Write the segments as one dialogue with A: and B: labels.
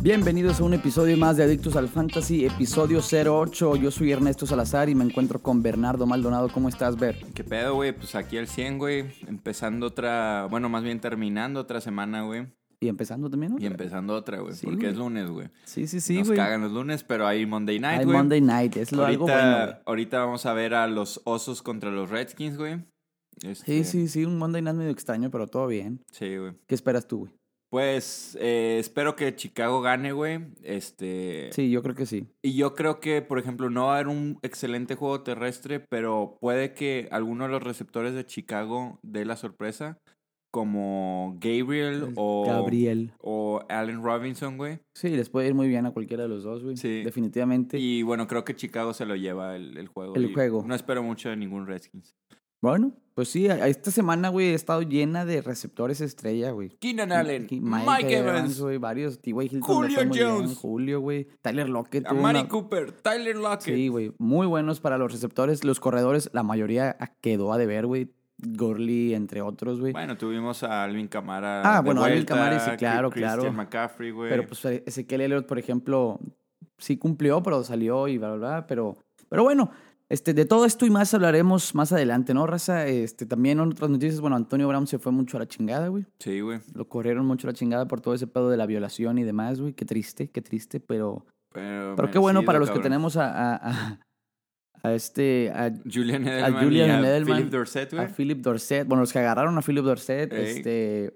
A: Bienvenidos a un episodio más de Adictos al Fantasy, episodio 08. Yo soy Ernesto Salazar y me encuentro con Bernardo Maldonado. ¿Cómo estás, Ber?
B: ¿Qué pedo, güey? Pues aquí al 100, güey. Empezando otra, bueno, más bien terminando otra semana, güey.
A: Y empezando también,
B: Y
A: ¿no?
B: empezando otra, güey.
A: Sí,
B: porque
A: güey.
B: es lunes, güey.
A: Sí, sí, sí,
B: Nos
A: güey.
B: cagan los lunes, pero hay Monday Night,
A: Hay
B: güey.
A: Monday Night, es lo algo bueno.
B: ahorita,
A: güey.
B: ahorita vamos a ver a los Osos contra los Redskins, güey.
A: Sí,
B: Este,
A: sí, sí, un Monday Night medio extraño, pero todo bien.
B: Sí, güey.
A: ¿Qué esperas tú, güey?
B: Pues eh, espero que Chicago gane, güey. Este,
A: Sí, yo creo que sí.
B: Y yo creo que, por ejemplo, no va a haber un excelente juego terrestre, pero puede que alguno de los receptores de Chicago dé la sorpresa, como Gabriel o,
A: Gabriel.
B: o Allen Robinson, güey.
A: Sí, les puede ir muy bien a cualquiera de los dos, güey.
B: Sí.
A: Definitivamente.
B: Y bueno, creo que Chicago se lo lleva el, el juego.
A: El
B: y
A: juego.
B: No espero mucho de ningún Redskins.
A: Bueno, pues sí, a- esta semana, güey, he estado llena de receptores estrella, güey.
B: Keenan Allen,
A: Aquí,
B: Mike, Evans,
A: güey, varios. T.Y. Hilton.
B: Julio
A: le fue muy bien,
B: Jones.
A: Julio, güey. Tyler Lockett. tuvo
B: Amari
A: una-
B: Cooper, Tyler Lockett.
A: Sí, güey. Muy buenos para los receptores. Los corredores, la mayoría a- quedó a deber, güey. Gurley, entre otros, güey.
B: Bueno, tuvimos a Alvin Camara.
A: Ah,
B: de
A: bueno, Alvin
B: vuelta,
A: Kamara, sí,
B: Cri-
A: claro, claro.
B: Christian McCaffrey, güey.
A: pero pues eh, Ezequiel Elliott, por ejemplo, sí cumplió, pero salió y bla, bla, bla. Pero, pero bueno, este, de todo esto y más hablaremos más adelante, ¿no, Raza? Este, también otras noticias. Bueno, Antonio Brown se fue mucho a la chingada, güey.
B: Sí, güey.
A: Lo corrieron mucho a la chingada por todo ese pedo de la violación y demás, güey. Qué triste, qué triste, pero...
B: Pero,
A: Pero qué bueno
B: merecido,
A: para los que
B: cabrón.
A: tenemos a, a- a- a este, a,
B: Julian Edelman
A: Julian
B: y a
A: Edelman,
B: Philip Dorset,
A: a
B: güey.
A: Philip Dorset. Bueno, los que agarraron a Philip Dorset,
B: Ey.
A: este,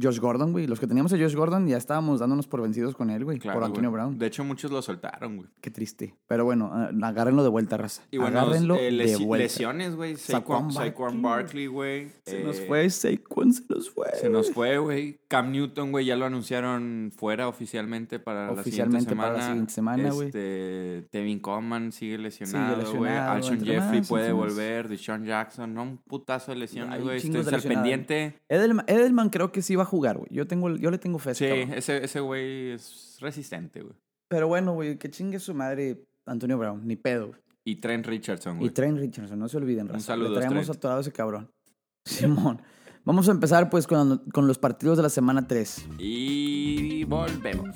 A: Josh Gordon, güey. Los que teníamos a Josh Gordon ya estábamos dándonos por vencidos con él, güey.
B: Claro,
A: por
B: güey.
A: Antonio Brown.
B: De hecho, muchos lo soltaron, güey.
A: Qué triste. Pero bueno, ah, agárrenlo de vuelta, raza.
B: Y bueno,
A: agárrenlo
B: eh,
A: de
B: lesi-
A: vuelta.
B: lesiones, güey.
A: Saquon
B: Saquon, Saquon
A: Barkley,
B: Barkley, güey.
A: Se
B: Eh,
A: nos fue, Saquon se nos fue.
B: Se nos fue, güey. Cam Newton, güey, ya lo anunciaron fuera oficialmente para
A: Oficialmente para la
B: la
A: siguiente
B: siguiente
A: semana,
B: semana.
A: güey.
B: Este, Tevin Coleman sigue lesionado, güey.
A: lesionado,
B: Alshon
A: entre
B: Jeffrey
A: más,
B: puede
A: entre más.
B: volver. Deshaun Jackson, no, un putazo de lesiones,
A: Hay
B: güey.
A: chingos
B: Estoy
A: de
B: al
A: lesionados.
B: pendiente.
A: Edelman, Edelman creo que sí va a jugar, güey. Yo, tengo, yo le tengo fe. a
B: Sí,
A: ese cabrón.
B: ese ese güey es resistente, güey.
A: Pero bueno, güey, que chingue su madre Antonio Brown. Ni pedo, güey.
B: Y Trent Richardson,
A: Y
B: güey.
A: Trent Richardson, no se olviden,
B: Un
A: raza.
B: saludo,
A: Le traemos
B: Trent.
A: atorado a ese cabrón. Simón. Vamos a empezar pues con, con los partidos de la semana 3.
B: Y volvemos.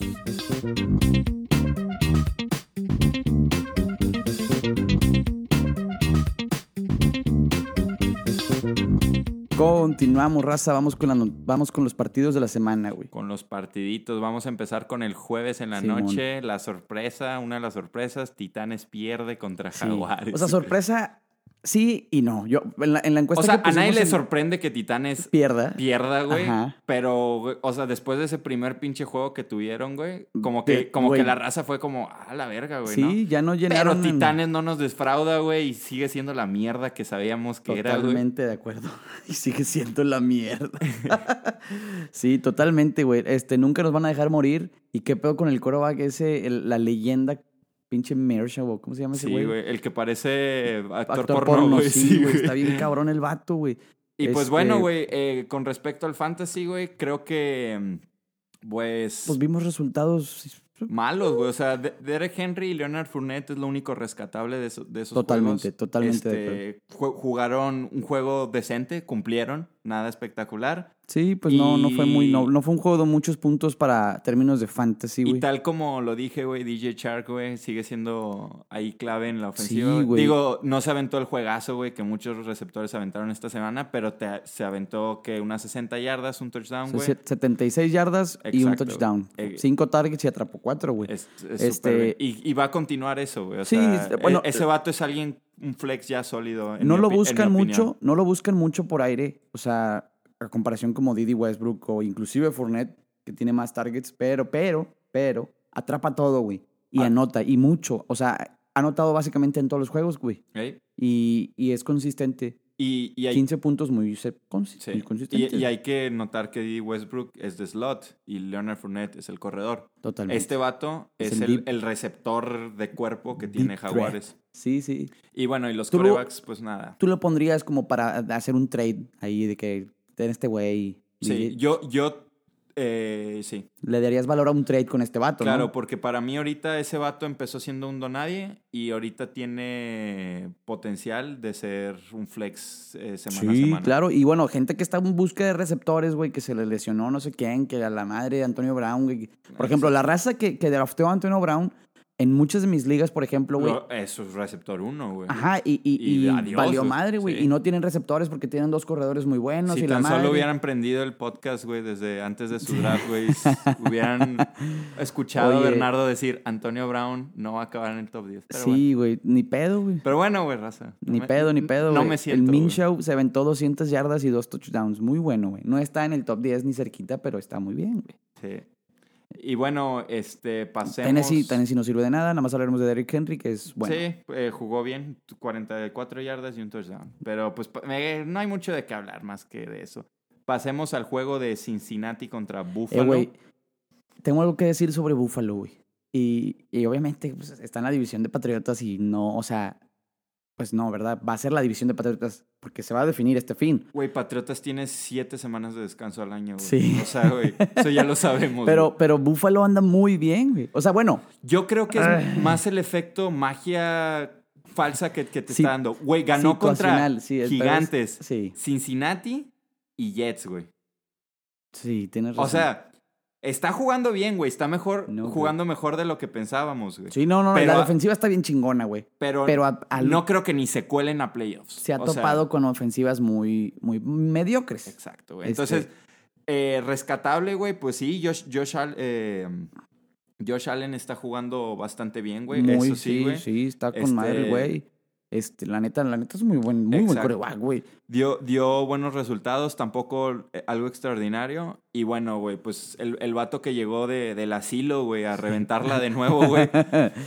A: Continuamos, raza. Vamos con, la no- vamos con los partidos de la semana, güey.
B: Con los partiditos, vamos a empezar con el jueves en la
A: Simón.
B: noche. La sorpresa, una de las sorpresas, Titanes pierde contra
A: Sí.
B: Jaguares.
A: O sea, sorpresa sí y no. Yo, en, la, en la encuesta
B: O sea,
A: que
B: a nadie
A: pusimos
B: le
A: en-
B: sorprende que Titanes
A: pierda.
B: pierda, güey.
A: Ajá.
B: Pero, güey, o sea, después de ese primer pinche juego que tuvieron, güey, como que,
A: De-
B: como
A: güey.
B: que la raza fue como, a la verga, güey. ¿no?
A: sí, ya no
B: Pero
A: llenaron. en-
B: Titanes no nos desfrauda, güey, y sigue siendo la mierda que sabíamos que era, güey.
A: Totalmente de acuerdo. Y sigue siendo la mierda. sí, totalmente, güey. Este, nunca nos van a dejar morir. ¿Y qué pedo con el coreback ese, el- la leyenda, pinche Mershaw, ¿cómo se llama ese
B: Sí,
A: güey?
B: güey. El que parece actor,
A: Actor
B: porno, güey.
A: sí, güey. Está bien cabrón el vato, güey.
B: Y pues
A: Este-
B: bueno, güey, eh, con respecto al fantasy, güey, creo que, mm, pues,
A: Pues vimos resultados
B: malos, güey. O sea, De- Derek Henry y Leonard Fournette es lo único rescatable de, eso- de esos
A: Totalmente,
B: juegos.
A: totalmente de
B: Este, ju- jugaron un juego decente, cumplieron, nada espectacular.
A: Sí, pues no, no fue muy, no,
B: Y-
A: no fue un juego de muchos puntos para términos de fantasy,
B: Y
A: güey.
B: tal como lo dije, güey, DJ Shark, güey, sigue siendo ahí clave en la ofensiva.
A: Sí, güey.
B: Digo, no se aventó el juegazo, güey, que muchos receptores aventaron esta semana, pero te- se aventó que unas 60 yardas, un touchdown,
A: O
B: güey.
A: sea, 76 yardas y un
B: Exacto,
A: touchdown.
B: güey. Eh,
A: Cinco targets y atrapó cuatro, güey.
B: Es- es
A: Este-
B: súper bien. y, y va a continuar eso, güey. O
A: Sí,
B: sea,
A: es- bueno, eh,
B: e- ese vato es alguien, un flex ya sólido. en
A: No
B: mi
A: lo
B: opi- en mi
A: buscan
B: opinión.
A: mucho, no lo buscan mucho por aire. O sea, a comparación como Didi Westbrook o inclusive Fournette, que tiene más targets, pero, pero, pero, atrapa todo, güey. Y
B: Ah.
A: anota, y mucho. O sea, ha anotado básicamente en todos los juegos, güey.
B: ¿Ok?
A: Y, y es consistente.
B: ¿eh? Y, y hay,
A: 15 puntos muy, se- consi-
B: sí.
A: muy
B: Y-
A: consistentes.
B: y hay que notar que Didi Westbrook es de slot y Leonard Fournette es el corredor.
A: Totalmente.
B: Este vato
A: Es
B: es,
A: el
B: el,
A: deep-
B: el receptor de cuerpo que
A: deep
B: tiene
A: threat.
B: Jaguares.
A: Sí, sí.
B: Y bueno, y los
A: Tú lo-
B: corebacks, pues nada.
A: Tú lo pondrías como para hacer un trade ahí de que ten este güey.
B: Sí,
A: y-
B: yo, yo Eh, sí.
A: Le darías valor a un trade con este vato,
B: Claro,
A: ¿no?
B: porque para mí ahorita ese vato empezó siendo un donadie y ahorita tiene potencial de ser un flex eh, semana a
A: sí,
B: semana.
A: claro. Y bueno, gente que está en busca de receptores, güey, que se les lesionó no sé quién, que a la madre de Antonio Brown, güey. Por ejemplo, la raza que, que drafteó a Antonio Brown en muchas de mis ligas, por ejemplo, güey.
B: Lo- eso es receptor 1, güey.
A: Ajá, y, y,
B: Ah, Y
A: y
B: adiós,
A: valió
B: güey.
A: madre, güey.
B: Sí.
A: Y no tienen receptores porque tienen dos corredores muy buenos
B: si
A: y la
B: tan
A: madre.
B: solo hubieran prendido el podcast, güey, desde antes de su draft, güey, s- hubieran escuchado
A: Oye.
B: a Bernardo decir, Antonio Brown no va a acabar en el top 10. Pero bueno,
A: sí, güey. Ni pedo, güey.
B: Pero bueno, güey, raza. No
A: Ni
B: me-
A: pedo, ni pedo.
B: No
A: güey.
B: me siento,
A: El
B: güey.
A: Minshew se aventó 200 yardas y dos touchdowns. Muy bueno, güey. No está en el top 10 ni cerquita, pero está muy bien, güey.
B: Sí. Y bueno, este, pasemos...
A: Tennessee, Tennessee no sirve de nada. Nada más hablaremos de Derrick Henry, que es bueno.
B: Sí, eh, jugó bien, 44 yardas y un touchdown. Pero pues pa- eh, no hay mucho de qué hablar más que de eso. Pasemos al juego de Cincinnati contra
A: Eh,
B: Buffalo.
A: güey, tengo algo que decir sobre Buffalo, güey. Y, y obviamente pues, está en la división de Patriotas y no, o sea, pues no, ¿verdad? Va a ser la división de Patriotas porque se va a definir este fin.
B: Güey, Patriotas tiene siete semanas de descanso al año, güey.
A: Sí.
B: O sea, güey, eso ya lo sabemos. güey.
A: Pero, pero Buffalo anda muy bien, güey. O sea, bueno,
B: Yo creo que es
A: Ah.
B: más el efecto magia falsa que, que te
A: Sí.
B: está dando. Güey, ganó contra
A: situacional, sí, el pedo es-
B: Gigantes,
A: Sí,
B: Cincinnati y Jets, güey.
A: sí, tienes razón.
B: O sea, está jugando bien, güey. Está mejor,
A: No, güey.
B: jugando mejor de lo que pensábamos, güey.
A: sí, no, no, no,
B: pero-
A: la defensiva está bien chingona, güey.
B: Pero,
A: Pero a- a-
B: no creo que ni se cuelen a playoffs.
A: se ha
B: O sea,
A: topado con ofensivas muy, muy mediocres.
B: exacto, güey.
A: Este-
B: Entonces, eh, rescatable, güey, pues sí, Josh, Josh, Al- eh, Josh Allen está jugando bastante bien, güey.
A: Muy,
B: Eso sí,
A: sí,
B: güey.
A: sí, está con
B: Este-
A: madre, güey. Este, la neta, la neta es muy buen, muy buen
B: Exacto.
A: coreback, güey.
B: Dio, dio buenos resultados, tampoco eh, algo extraordinario. Y bueno, güey, pues el, el vato que llegó de, del asilo, güey, a reventarla de nuevo, güey,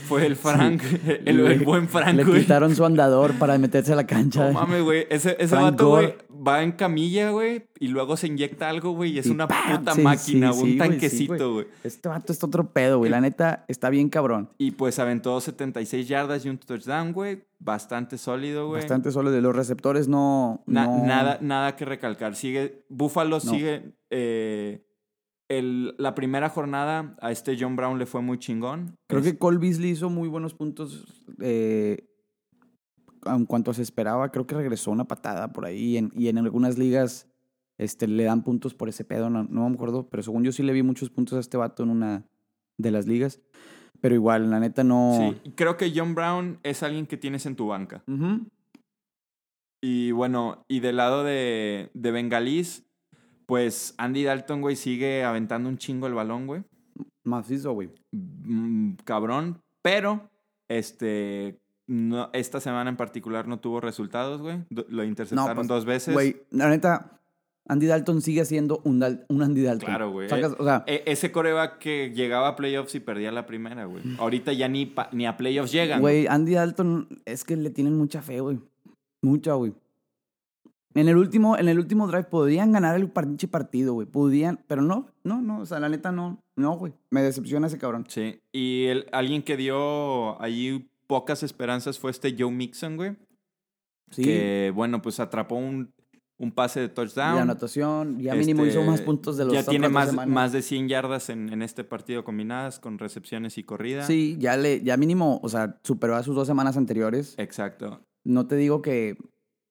B: fue el Frank, el, el
A: Le-
B: buen Frank,
A: Le
B: güey.
A: quitaron su andador para meterse a la cancha.
B: No mames, güey. Ese, ese
A: Frank
B: vato, güey,
A: Gore.
B: va en camilla, güey, y luego se inyecta algo, güey, y es
A: Y
B: una
A: ¡pam!
B: puta
A: Sí,
B: máquina,
A: sí, sí,
B: güey, un
A: güey, sí,
B: tanquecito, güey.
A: Este vato está otro pedo, güey. La neta, está bien cabrón.
B: Y pues aventó 76 yardas y un touchdown, güey. Bastante sólido, güey.
A: Bastante solo de los receptores no...
B: Na-
A: no-
B: nada, nada que recalcar. Sigue, Buffalo sigue. eh, el- la primera jornada a este John Brown le fue muy chingón.
A: Creo que Cole Beasley hizo muy buenos puntos eh, en cuanto se esperaba. Creo que regresó una patada por ahí. en- y en algunas ligas este, le dan puntos por ese pedo. No, no me acuerdo. Pero según yo sí le vi muchos puntos a este vato en una de las ligas. Pero igual, la neta no...
B: Sí, creo que John Brown es alguien que tienes en tu banca.
A: Ujú.
B: Y bueno, y del lado de, de Bengalís, pues Andy Dalton, güey, sigue aventando un chingo el balón, güey.
A: Macizo, güey.
B: Mm, cabrón. Pero, este, no, esta semana en particular no tuvo resultados, güey. Do- Lo interceptaron
A: pues,
B: dos veces.
A: Güey, la neta, Andy Dalton sigue siendo un, Dal- un Andy Dalton.
B: Claro, güey.
A: Sacas- O sea,
B: E- ese coreback que llegaba a playoffs y perdía la primera, güey. Ahorita ya ni, pa- ni a playoffs llegan.
A: Mm. güey, Andy Dalton es que le tienen mucha fe, güey. Mucha, güey. En el último, en el último drive podían ganar el pinche partido, güey. Podían, pero no, no, no. O sea, la neta no, no, güey. Me decepciona ese cabrón.
B: Sí. Y el, alguien que dio allí pocas esperanzas fue este Joe Mixon, güey.
A: Sí.
B: Que, bueno, pues atrapó un, un pase de
A: Y
B: touchdown.
A: la anotación, ya mínimo
B: Este,
A: hizo más puntos de los
B: Ya
A: otras
B: tiene
A: dos
B: más,
A: semanas.
B: más de 100 yardas en, en este partido combinadas con recepciones y corrida.
A: Sí, ya le, ya mínimo, o sea, superó a sus dos semanas
B: Eh.
A: anteriores.
B: Exacto.
A: No te digo que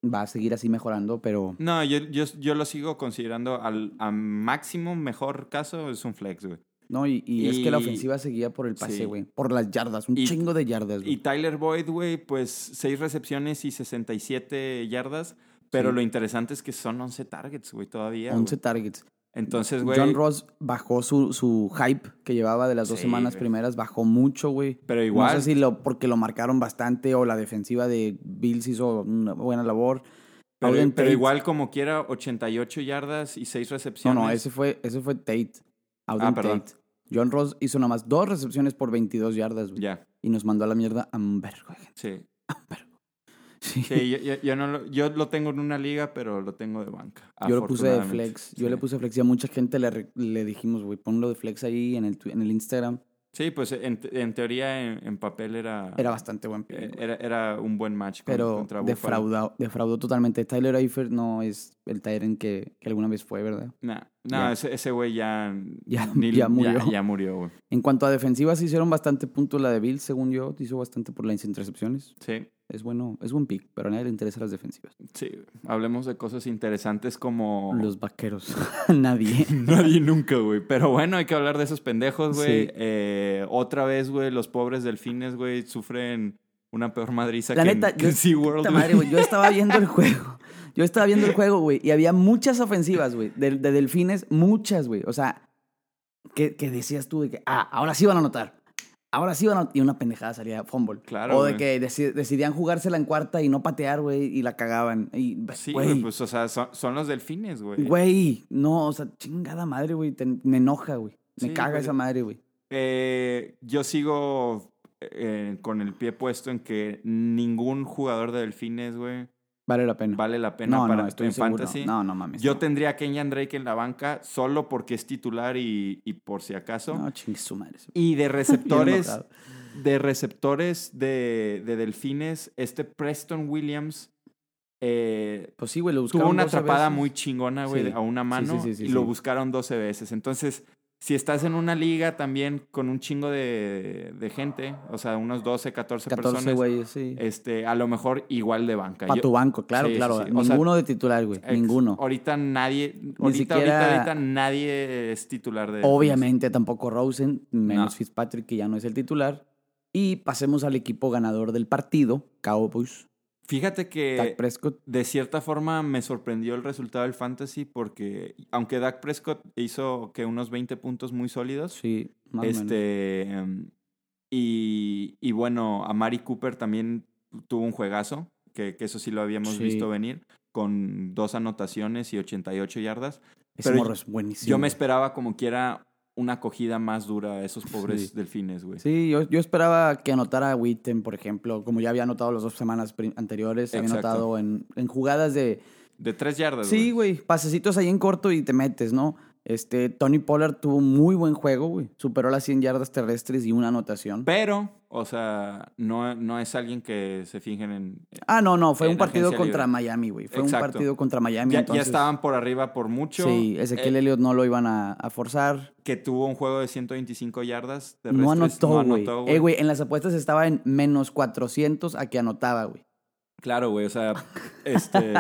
A: va a seguir así mejorando, pero
B: No, yo, yo, yo lo sigo considerando al a máximo mejor caso es un flex, güey.
A: No, y, y es que la
B: Y-
A: ofensiva seguía por el pase,
B: sí.
A: güey. Por las yardas, un
B: Y-
A: chingo de yardas,
B: Y
A: güey.
B: Tyler Boyd, güey, pues 6 recepciones y 67 yardas. Pero
A: Sí.
B: lo interesante es que son 11 targets, güey, todavía.
A: 11
B: güey.
A: targets.
B: Entonces, güey.
A: John Ross bajó su, su hype que llevaba de las dos
B: Sí,
A: semanas
B: güey.
A: primeras, bajó mucho, güey.
B: Pero igual.
A: No sé si lo, porque lo marcaron bastante o la defensiva de Bills hizo una buena labor.
B: pero,
A: Auden
B: pero
A: Tate-
B: igual, como quiera, 88 yardas y 6
A: No,
B: recepciones.
A: no, ese fue, ese fue Tate. Auden
B: Ah, perdón.
A: Tate. John Ross hizo nada más dos recepciones por 22 yardas, güey.
B: Ya,
A: Y nos mandó a la mierda a un vergo de gente.
B: sí.
A: Sí.
B: Sí, yo, yo- yo no lo, yo lo tengo en una liga, pero lo tengo de banca.
A: Yo lo puse de
B: afortunadamente.
A: flex. Yo
B: Sí.
A: le puse flex y a mucha gente le, re- le dijimos, güey, ponlo de flex ahí en el, twi- en el Instagram.
B: Sí, pues en, en teoría, en, en papel era,
A: Era bastante buen pick,
B: eh,
A: güey.
B: era, era un buen match con-
A: Pero
B: contra Buffalo.
A: defraudó, defraudó totalmente. Tyler Eifert no es el Tyrant que, que alguna vez fue, ¿verdad?
B: Nah. No,
A: Ya.
B: ese ese güey ya,
A: Ya-
B: ni-
A: ya murió.
B: Ya, ya murió, güey.
A: En cuanto a defensivas, hicieron bastante punto la de Bill, según yo. Hizo bastante por las intercepciones.
B: Sí,
A: Es bueno, es buen pick, pero a nadie le interesa las defensivas.
B: sí. Hablemos de cosas interesantes como...
A: Los vaqueros. nadie.
B: Nadie nunca, güey. Pero bueno, hay que hablar de esos pendejos, güey.
A: Sí.
B: Eh, otra vez, güey, los pobres delfines, güey, sufren una peor madriza
A: La
B: que,
A: neta,
B: en, que en
A: yo-
B: SeaWorld,
A: Puta
B: güey.
A: madre, güey. Yo estaba viendo el juego. Yo estaba viendo el juego, güey. Y había muchas ofensivas, güey. De, de delfines, muchas, güey. O sea, que, que decías tú de que, ah, ahora sí van a anotar. Ahora sí van a anotar. Y una pendejada salía fumble.
B: Claro,
A: O de
B: güey.
A: que deci- decidían jugársela en cuarta y no patear, güey. Y la cagaban. Y,
B: Sí,
A: güey,
B: güey, pues, o sea, son, son los delfines, güey.
A: Güey, no, o sea, chingada madre, güey. te- me enoja, güey. Me
B: Sí,
A: caga
B: güey.
A: esa madre, güey.
B: Eh, yo sigo eh, con el pie puesto en que ningún jugador de delfines, güey,
A: Vale la pena.
B: vale la pena
A: no,
B: para
A: no, estoy
B: en
A: seguro.
B: fantasy.
A: No, no mames.
B: Yo
A: no.
B: tendría a Kenyan Drake en la banca solo porque es titular y, y por si acaso.
A: No, chingue su madre.
B: Y de receptores,
A: enojado.
B: de receptores de, de delfines, este Preston Williams eh,
A: Pues sí, güey, lo buscaron
B: tuvo una
A: doce
B: atrapada
A: veces.
B: muy chingona, güey,
A: Sí.
B: de- a una mano
A: sí, sí,
B: y lo
A: sí.
B: buscaron 12 veces. Entonces, si estás en una liga también con un chingo de, de gente, o sea, unos 12, 14,
A: 14
B: personas,
A: güeyes, sí.
B: este, a lo mejor igual de banca.
A: Para
B: Yo-
A: tu banco, claro,
B: sí, sí,
A: claro.
B: sí. O sea,
A: Ninguno de titular, güey.
B: ex-
A: Ninguno.
B: Ahorita nadie, ahorita, ahorita,
A: siquiera-
B: ahorita nadie es titular de delfines.
A: Obviamente tampoco Rosen, menos
B: No.
A: Fitzpatrick, que ya no es el titular. Y pasemos al equipo ganador del partido, Cowboys,
B: Fíjate que...
A: Dak Prescott.
B: De cierta forma me sorprendió el resultado del fantasy porque aunque Dak Prescott hizo que unos 20 puntos muy sólidos,
A: Sí, más o menos.
B: este em, y, y bueno, a Mari Cooper también tuvo un juegazo, que, que eso sí lo habíamos
A: Sí.
B: visto venir, con dos anotaciones y 88 yardas.
A: Ese
B: pero
A: morro es buenísimo.
B: Yo me
A: güey.
B: esperaba como quiera una acogida más dura a esos pobres
A: Sí.
B: delfines, güey.
A: Sí, yo, yo esperaba que anotara Witten, por ejemplo, como ya había anotado las dos semanas prim- anteriores, había
B: Exacto.
A: anotado en, en jugadas de,
B: De tres yardas,
A: Sí, güey. Pasecitos ahí en corto y te metes, ¿no? Este, Tony Pollard tuvo un muy buen juego, güey. Superó las 100 yardas terrestres y una anotación.
B: Pero, o sea, no, no es alguien que se fingen en,
A: Ah, no, no. Fue
B: En
A: un partido
B: agencia
A: contra
B: libre.
A: Miami, güey. Fue
B: Exacto.
A: un partido contra Miami.
B: Ya, ya
A: entonces,
B: estaban por arriba por mucho.
A: Sí, Ezequiel
B: Eh,
A: Elliott no lo iban a, a forzar.
B: que tuvo un juego de 125 yardas. de
A: No
B: restres,
A: anotó, güey.
B: anotó,
A: eh, güey, en las apuestas estaba en menos 400 a que anotaba, güey.
B: Claro, güey. O sea, este.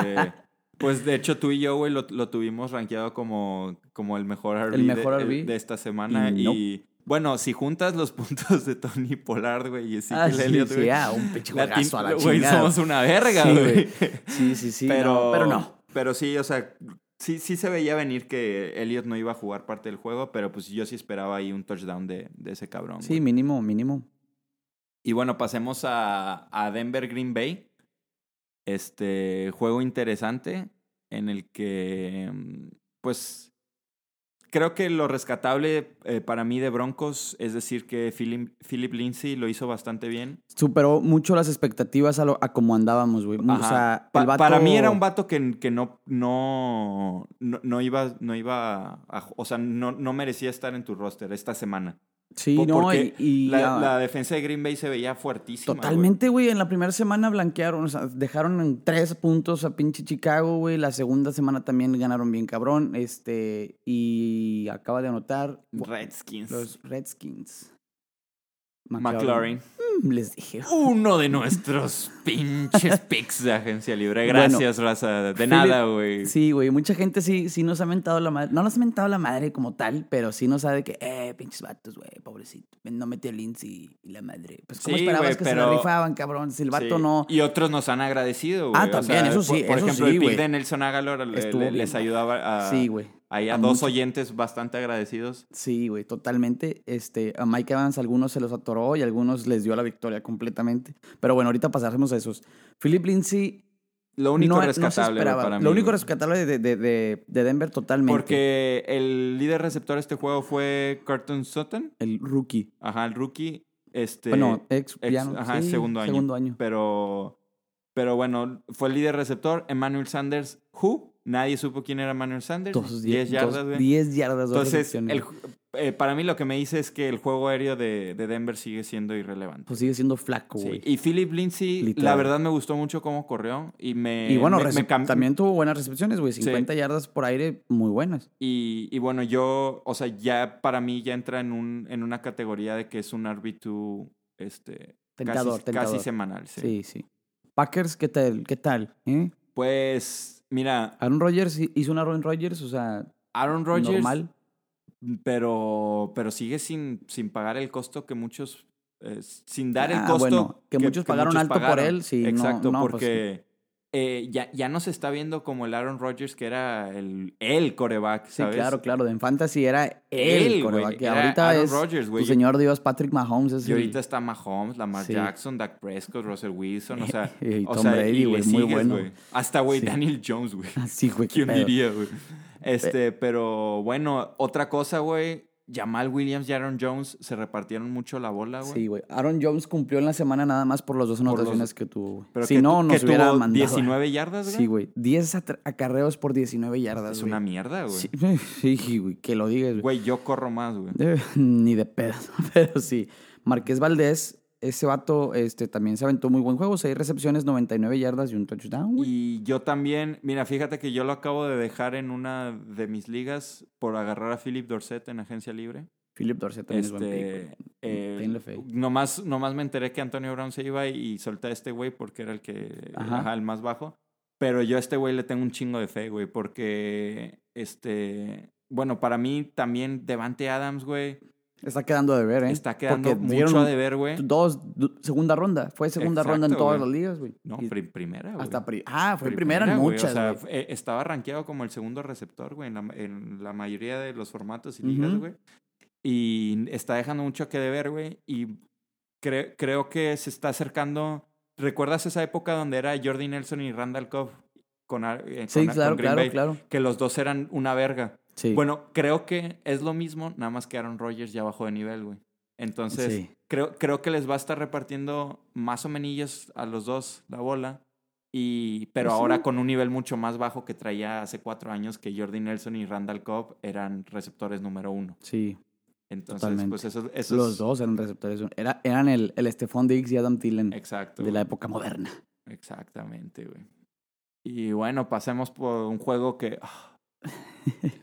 B: Pues de hecho tú y yo, güey, lo, lo tuvimos rankeado como, como el mejor RB,
A: El
B: de-
A: mejor
B: de,
A: RB.
B: de esta semana.
A: Y
B: Y,
A: no.
B: bueno, si juntas los puntos de Tony Pollard, güey, y
A: Ah,
B: Ezekiel
A: sí,
B: Elliott,
A: sí,
B: güey.
A: ah, un pinche
B: la
A: juegazo a la
B: tin- güey,
A: chingada.
B: somos una verga,
A: Sí,
B: güey.
A: Sí, sí, sí.
B: pero,
A: no, pero no.
B: Pero sí, o sea, sí, sí se veía venir que Elliot no iba a jugar parte del juego, pero pues yo sí esperaba ahí un touchdown de, de ese cabrón.
A: Sí,
B: güey.
A: mínimo, mínimo.
B: Y bueno, pasemos a, a Denver Green Bay. Este juego interesante en el que, mm, pues, creo que lo rescatable eh, para mí de Broncos es decir que Philip, Philip Lindsay lo hizo bastante bien.
A: Superó mucho las expectativas a, lo, a como andábamos, güey. Mm, O
B: Ajá.
A: sea,
B: Pa-
A: el vato-
B: Para mí era un vato que, que no, no, no, no iba, no iba a, o sea, no, no merecía estar en tu roster esta semana.
A: Sí,
B: Po-
A: no,
B: porque
A: y, y,
B: la,
A: ah,
B: la defensa de Green Bay se veía fuertísima. güey.
A: totalmente, güey. En la primera semana blanquearon, o sea, dejaron en tres puntos a pinche Chicago, güey. La segunda semana también ganaron bien cabrón. Este, y acaba de anotar bu-
B: Redskins.
A: los Redskins.
B: McLaurin.
A: Mm, Les dije.
B: Uno de nuestros pinches picks de agencia libre.
A: Bueno,
B: Gracias, raza. De nada, güey.
A: Sí, güey. Mucha gente sí, sí nos ha mentado la madre. No nos ha mentado la madre como tal, pero sí nos sabe que, eh, pinches vatos, güey, pobrecito. No metió Lindsay y la madre. Pues, ¿cómo
B: Sí,
A: esperabas
B: güey,
A: que se
B: pero-
A: la rifaban, cabrón? Si el vato
B: Sí.
A: no.
B: Y otros nos han agradecido, güey.
A: Ah, también, eso sí,
B: Por, por
A: eso
B: ejemplo,
A: sí,
B: el pick
A: güey.
B: de Nelson Agalor le-
A: Estuvo
B: le-
A: bien.
B: les ayudaba a,
A: Sí, güey.
B: ahí a
A: A
B: dos
A: mucho.
B: oyentes bastante agradecidos.
A: Sí, güey, totalmente. Este, a Mike Evans algunos se los atoró y algunos les dio la victoria completamente. Pero bueno, ahorita pasaremos a esos. Philip Lindsay
B: Lo único
A: no, no se
B: rescatable güey,
A: esperaba.
B: para mí.
A: Lo único
B: güey.
A: rescatable de, de- de- de Denver totalmente.
B: Porque el líder receptor de este juego fue Carlton Sutton,
A: el rookie.
B: ajá, el rookie. Este,
A: bueno, ex, ya
B: ex-
A: no-
B: ajá,
A: sí,
B: segundo año.
A: Segundo año.
B: Pero Pero bueno, fue el líder receptor, Emmanuel Sanders, who? Nadie supo quién era Emmanuel Sanders.
A: Dos,
B: 10 yardas,
A: dos-
B: güey.
A: 10 yardas. dos
B: Entonces,
A: recepciones.
B: el ju- eh, para mí lo que me dice es que el juego aéreo de, de Denver sigue siendo irrelevante.
A: Pues sigue siendo flaco,
B: Sí.
A: güey.
B: Y Philip Lindsay,
A: Literal.
B: la verdad me gustó mucho cómo corrió. Y me.
A: Y bueno,
B: me- me
A: recep-
B: cam-
A: también tuvo buenas recepciones, güey.
B: Sí.
A: 50 yardas por aire, muy buenas.
B: Y, y bueno, yo, o sea, ya para mí ya entra en, un, en una categoría de que es un árbitro este,
A: Tentador,
B: casi,
A: tentador.
B: casi semanal. Sí.
A: Sí, sí. Packers, ¿qué tal? ¿Qué tal? ¿Eh?
B: Pues, mira,
A: Aaron Rodgers hi- hizo un Aaron Rodgers, o sea,
B: Aaron Rodgers,
A: normal.
B: pero, pero sigue sin, sin pagar el costo que muchos, eh, sin dar el
A: Ah,
B: costo
A: bueno, que muchos pagaron alto por él, sí, no-
B: Exacto,
A: no, pues,
B: porque eh, ya, ya no se está viendo como el Aaron Rodgers que era el, el coreback,
A: Sí,
B: ¿sabes?
A: claro, claro. De Fantasy era él,
B: Él, güey.
A: que
B: Era
A: ahorita
B: Aaron
A: es
B: Rodgers, güey.
A: tu señor Dios, Patrick Mahomes. Es
B: Y ahorita
A: el-
B: está Mahomes, Lamar
A: Sí.
B: Jackson, Dak Prescott, Russell Wilson, o sea,
A: Y
B: o
A: Tom
B: sea,
A: Brady,
B: y le
A: güey, muy
B: sigues,
A: bueno.
B: güey. Hasta güey
A: Sí.
B: Daniel Jones, güey.
A: Así, güey. qué
B: ¿Quién
A: pedo.
B: diría, güey? Este, pero bueno, otra cosa, güey, Jamal Williams y Aaron Jones se repartieron mucho la bola, güey.
A: Sí, güey. Aaron Jones cumplió en la semana nada más por las dos
B: los-
A: anotaciones que tuvo. güey.
B: Pero
A: si
B: que
A: no,
B: tu-
A: nos
B: que
A: hubiera
B: tuvo
A: mandado.
B: 19 yardas, güey.
A: Sí, güey. 10 atra- acarreos por 19 yardas,
B: es
A: güey.
B: una mierda, güey.
A: Sí, sí, güey. Que lo digas, güey.
B: Güey, yo corro más, güey.
A: Eh, Ni de pedo, pero sí. Marqués Valdés, ese vato este, también se aventó muy buen juego. Seis recepciones, 99 yardas y un touchdown, güey.
B: Y yo también, mira, fíjate que yo lo acabo de dejar en una de mis ligas por agarrar a Philip Dorset en agencia libre.
A: Philip Dorsett también es buen pick,
B: Este,
A: güey.
B: eh,
A: Tenle fe.
B: nomás, nomás me enteré que Antonio Brown se iba y solté a este güey porque era el que
A: Ajá.
B: ajá, el más bajo. Pero yo a este güey le tengo un chingo de fe, güey, porque este, bueno, para mí también Devante Adams, güey,
A: Está quedando de ver, ¿eh?
B: está quedando
A: Porque
B: mucho
A: dieron
B: a deber, güey.
A: Dos, du- segunda ronda. Fue segunda
B: Exacto,
A: ronda en todas
B: güey.
A: las ligas, güey.
B: No,
A: Y
B: pri- primera, güey.
A: Hasta pri- ah, fue primera, en
B: güey,
A: muchas,
B: O sea,
A: güey.
B: eh, estaba rankeado como el segundo receptor, güey, en la, en la mayoría de los formatos y
A: Ujú.
B: ligas, güey. Y está dejando mucho que deber, güey. Y cre- creo que se está acercando. ¿Recuerdas esa época donde era Jordi Nelson y Randall Cobb? Con, Ar- eh,
A: Sí,
B: con- con
A: claro,
B: Green
A: claro,
B: Bay?
A: claro.
B: Que los dos eran una verga.
A: Sí.
B: Bueno, creo que es lo mismo, nada más que Aaron Rodgers ya bajó de nivel, güey. Entonces,
A: Sí.
B: creo, creo que les va a estar repartiendo más o menos a los dos la bola. Y, pero
A: Pues sí.
B: ahora con un nivel mucho más bajo que traía hace cuatro años que Jordi Nelson y Randall Cobb eran receptores número uno.
A: sí.
B: Entonces,
A: Totalmente.
B: pues eso, eso
A: Los
B: es-
A: dos eran receptores. Era, eran el, el Stephon Diggs y Adam Thielen
B: Exacto.
A: de la
B: güey.
A: época moderna.
B: Exactamente, güey. Y bueno, pasemos por un juego que... ah.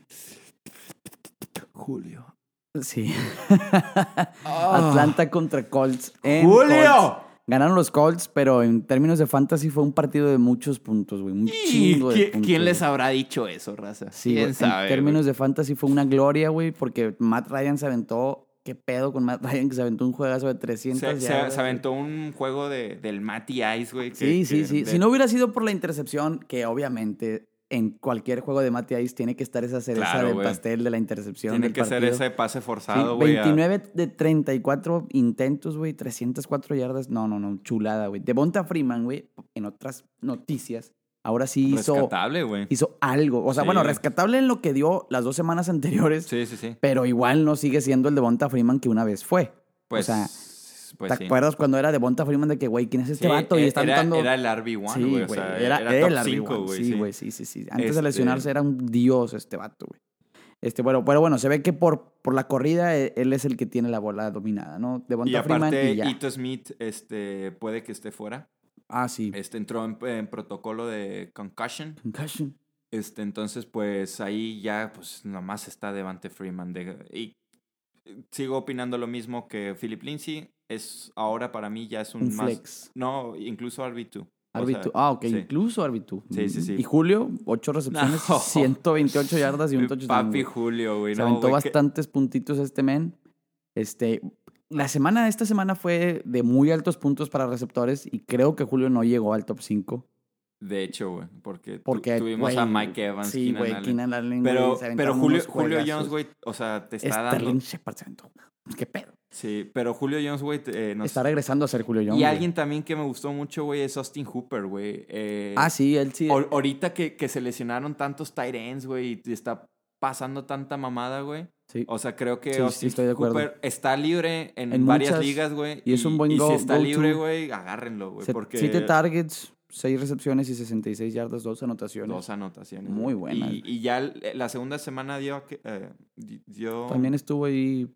B: Julio.
A: Sí. Atlanta contra Colts. en Colts.
B: Ah. ¡Julio!
A: Ganaron los Colts, pero en términos de fantasy fue un partido de muchos puntos, güey. Un
B: ¿Y
A: chingo de
B: qui-
A: puntos,
B: quién les
A: güey.
B: habrá dicho eso, raza?
A: Sí, güey,
B: ¿Quién sabe?
A: en
B: güey?
A: términos de fantasy fue una gloria, güey, porque Matt Ryan se aventó. ¿Qué pedo con Matt Ryan que se aventó un juegazo de 300
B: se, se-
A: yardas,
B: se aventó un juego de, del Matty Ice, güey. que-
A: Sí, sí,
B: que-
A: sí.
B: de-
A: Si no hubiera sido por la intercepción, que obviamente en cualquier juego de Matty Ice tiene que estar esa cereza
B: Claro,
A: del
B: güey.
A: pastel de la intercepción.
B: tiene
A: del
B: que ser
A: partido.
B: ese pase
A: Sí,
B: forzado, güey. a-
A: 29 de 34 intentos, güey, 304 yardas. No, no, no, chulada, güey. Devonta Freeman, güey, en otras noticias, ahora sí hizo,
B: rescatable, güey.
A: hizo algo. O sea,
B: Sí,
A: bueno,
B: güey.
A: rescatable en lo que dio las dos semanas anteriores,
B: Sí, sí, sí.
A: pero igual no sigue siendo el Devonta Freeman que una vez fue.
B: Pues,
A: sea,
B: pues
A: ¿Te
B: sí.
A: acuerdas cuando era Devonta Freeman de que, güey, quién es este
B: Sí,
A: vato? Y
B: e-
A: están
B: era,
A: dando...
B: era el RB1,
A: Sí,
B: güey. o
A: güey,
B: sea,
A: era,
B: era,
A: era el
B: top 5,
A: RB1,
B: güey.
A: Sí, güey, sí, sí, sí. Antes de
B: Este-
A: lesionarse era un dios este vato, güey. Este, bueno, pero bueno, se ve que por, por la corrida eh, él es el que tiene la bola dominada, ¿no?
B: Y
A: Devonta Freeman
B: aparte,
A: y ya.
B: Ito Smith este, puede que esté fuera.
A: Ah, sí.
B: Este entró en, en protocolo de concussion.
A: Concussion.
B: Este, entonces, pues ahí ya, pues nomás está Devante Freeman. de- y eh, sigo opinando lo mismo que Philip Lindsay. Es ahora para mí ya es un,
A: Un
B: más.
A: flex.
B: No, incluso RB2. O
A: Arbitu.
B: sea,
A: ah, ok,
B: sí.
A: incluso Arbitu.
B: Sí, sí, sí.
A: Y Julio, 8 recepciones,
B: No.
A: 128 yardas y un touchdown.
B: Eh,
A: güey.
B: Papi Julio, güey.
A: Se
B: no,
A: aventó
B: güey, que-
A: bastantes puntitos este men. Este, la semana, esta semana fue de muy altos puntos para receptores y creo que Julio no llegó al top 5.
B: de hecho, güey, porque, tu-
A: Porque
B: tuvimos
A: güey,
B: a Mike Evans.
A: Sí,
B: Keenan
A: güey,
B: Allen.
A: Keenan Allen.
B: Pero,
A: güey, se
B: pero
A: aventaron
B: Julio,
A: unos
B: Julio
A: juegazos.
B: Jones, güey, o sea, te está
A: Sterling
B: dando.
A: Shepard se aventó. ¿Qué pedo?
B: Sí, pero Julio Jones, güey, te- eh, nos-
A: Está regresando a ser Julio Jones.
B: Y
A: güey.
B: alguien también que me gustó mucho, güey, es Austin Hooper, güey. Eh,
A: Ah, sí, él sí.
B: Ahor- ahorita que, que se lesionaron tantos tight ends, güey, y está pasando tanta mamada, güey.
A: sí.
B: O sea, creo que
A: Sí, sí,
B: Austin
A: estoy de acuerdo.
B: Cooper está libre en,
A: En
B: varias
A: muchas,
B: ligas, güey.
A: y es un buen
B: Y
A: go-
B: si está
A: go-to.
B: libre, güey, agárrenlo, güey.
A: Se-
B: Porque
A: Siete targets, 6 recepciones y 66 yardas, dos anotaciones.
B: Dos anotaciones.
A: Muy buenas.
B: Y, y ya el- la segunda semana dio... que- eh, di- dio
A: También estuvo ahí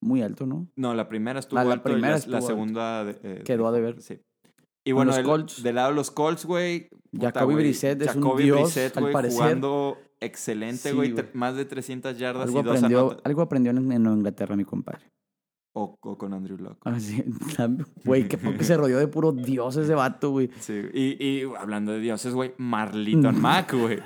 A: muy alto, ¿no?
B: No, la primera estuvo
A: La- la
B: alto y
A: primera
B: la,
A: estuvo
B: la
A: alto.
B: segunda... de- eh,
A: Quedó a deber.
B: Sí. Y bueno,
A: los
B: del-
A: Colts.
B: del lado de los Colts, güey. puta,
A: Jacoby
B: güey,
A: Brissett es un
B: Jacoby
A: dios,
B: Brissett,
A: al
B: güey,
A: parecer.
B: jugando excelente,
A: Sí,
B: güey.
A: güey.
B: tre- Más de 300 yardas
A: Algo
B: y dos
A: aprendió,
B: anota-
A: algo aprendió en, en Inglaterra, mi compadre.
B: O, o con Andrew Locke.
A: Ah, sí, tam- Güey, que porque se rodeó de puro dios ese vato, güey.
B: Sí, y, y hablando de dioses, güey, Marliton Mack, güey.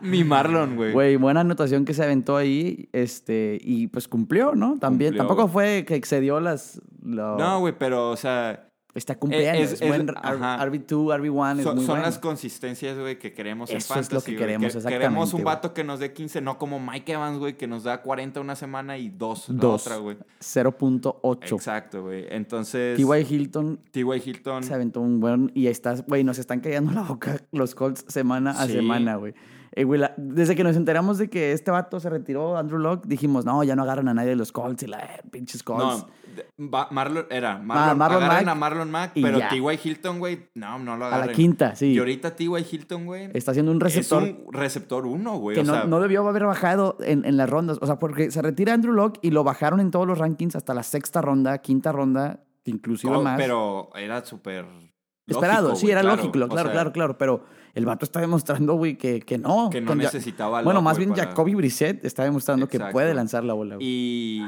B: Mi Marlon, güey.
A: Mm. Güey, buena anotación que se aventó ahí, este, y pues cumplió, ¿no? También,
B: Cumplió,
A: tampoco
B: güey.
A: fue que excedió las... lo-
B: No, güey, pero, o sea,
A: Está cumpliendo,
B: Es-
A: es,
B: es-
A: buen
B: es-
A: R-
B: ajá.
A: RB2, RB1, es
B: son,
A: muy
B: son
A: bueno.
B: las consistencias, güey, que queremos en
A: Eso es lo
B: fantasy,
A: que
B: güey.
A: queremos,
B: Queremos
A: exactamente,
B: un
A: güey.
B: vato que nos dé 15, no como Mike Evans, güey, que nos da 40 una semana y dos, la
A: Dos.
B: otra, güey.
A: 0.8.
B: Exacto, güey. Entonces,
A: T.Y. Hilton
B: T.Y. Hilton.
A: se aventó un buen... Y ahí estás, güey, nos están cayendo la boca los Colts semana a
B: Sí.
A: semana, güey. Eh, güey, la- desde que nos enteramos de que este vato se retiró, Andrew Locke, dijimos, no, ya no agarran a nadie de los Colts y la eh, pinches Colts.
B: No, de- va- Marlon, era Marlon,
A: Ah, Marlon
B: agarren
A: Mack
B: a Marlon Mack,
A: y
B: pero
A: ya.
B: T.Y. Hilton, güey, no, no lo
A: a
B: agarren.
A: la quinta, sí.
B: Y ahorita T.Y. Hilton, güey,
A: Está siendo un
B: es
A: receptor
B: un receptor uno, güey.
A: que
B: o
A: no,
B: sea,
A: no debió haber bajado en, en las rondas. O sea, porque se retira Andrew Locke y lo bajaron en todos los rankings hasta la sexta ronda, quinta ronda, inclusive
B: todo-
A: más.
B: Oh, pero era súper lógico,
A: Esperado, sí,
B: güey,
A: era lógico,
B: o
A: claro, claro,
B: sea,
A: claro, Pero el vato está demostrando, güey, que, que no.
B: Que no
A: Con Ja-
B: necesitaba
A: Bueno,
B: Locke,
A: más
B: güey,
A: bien
B: para-
A: Jacoby Brissett está demostrando que
B: Exacto.
A: puede lanzar la bola. güey.
B: Y,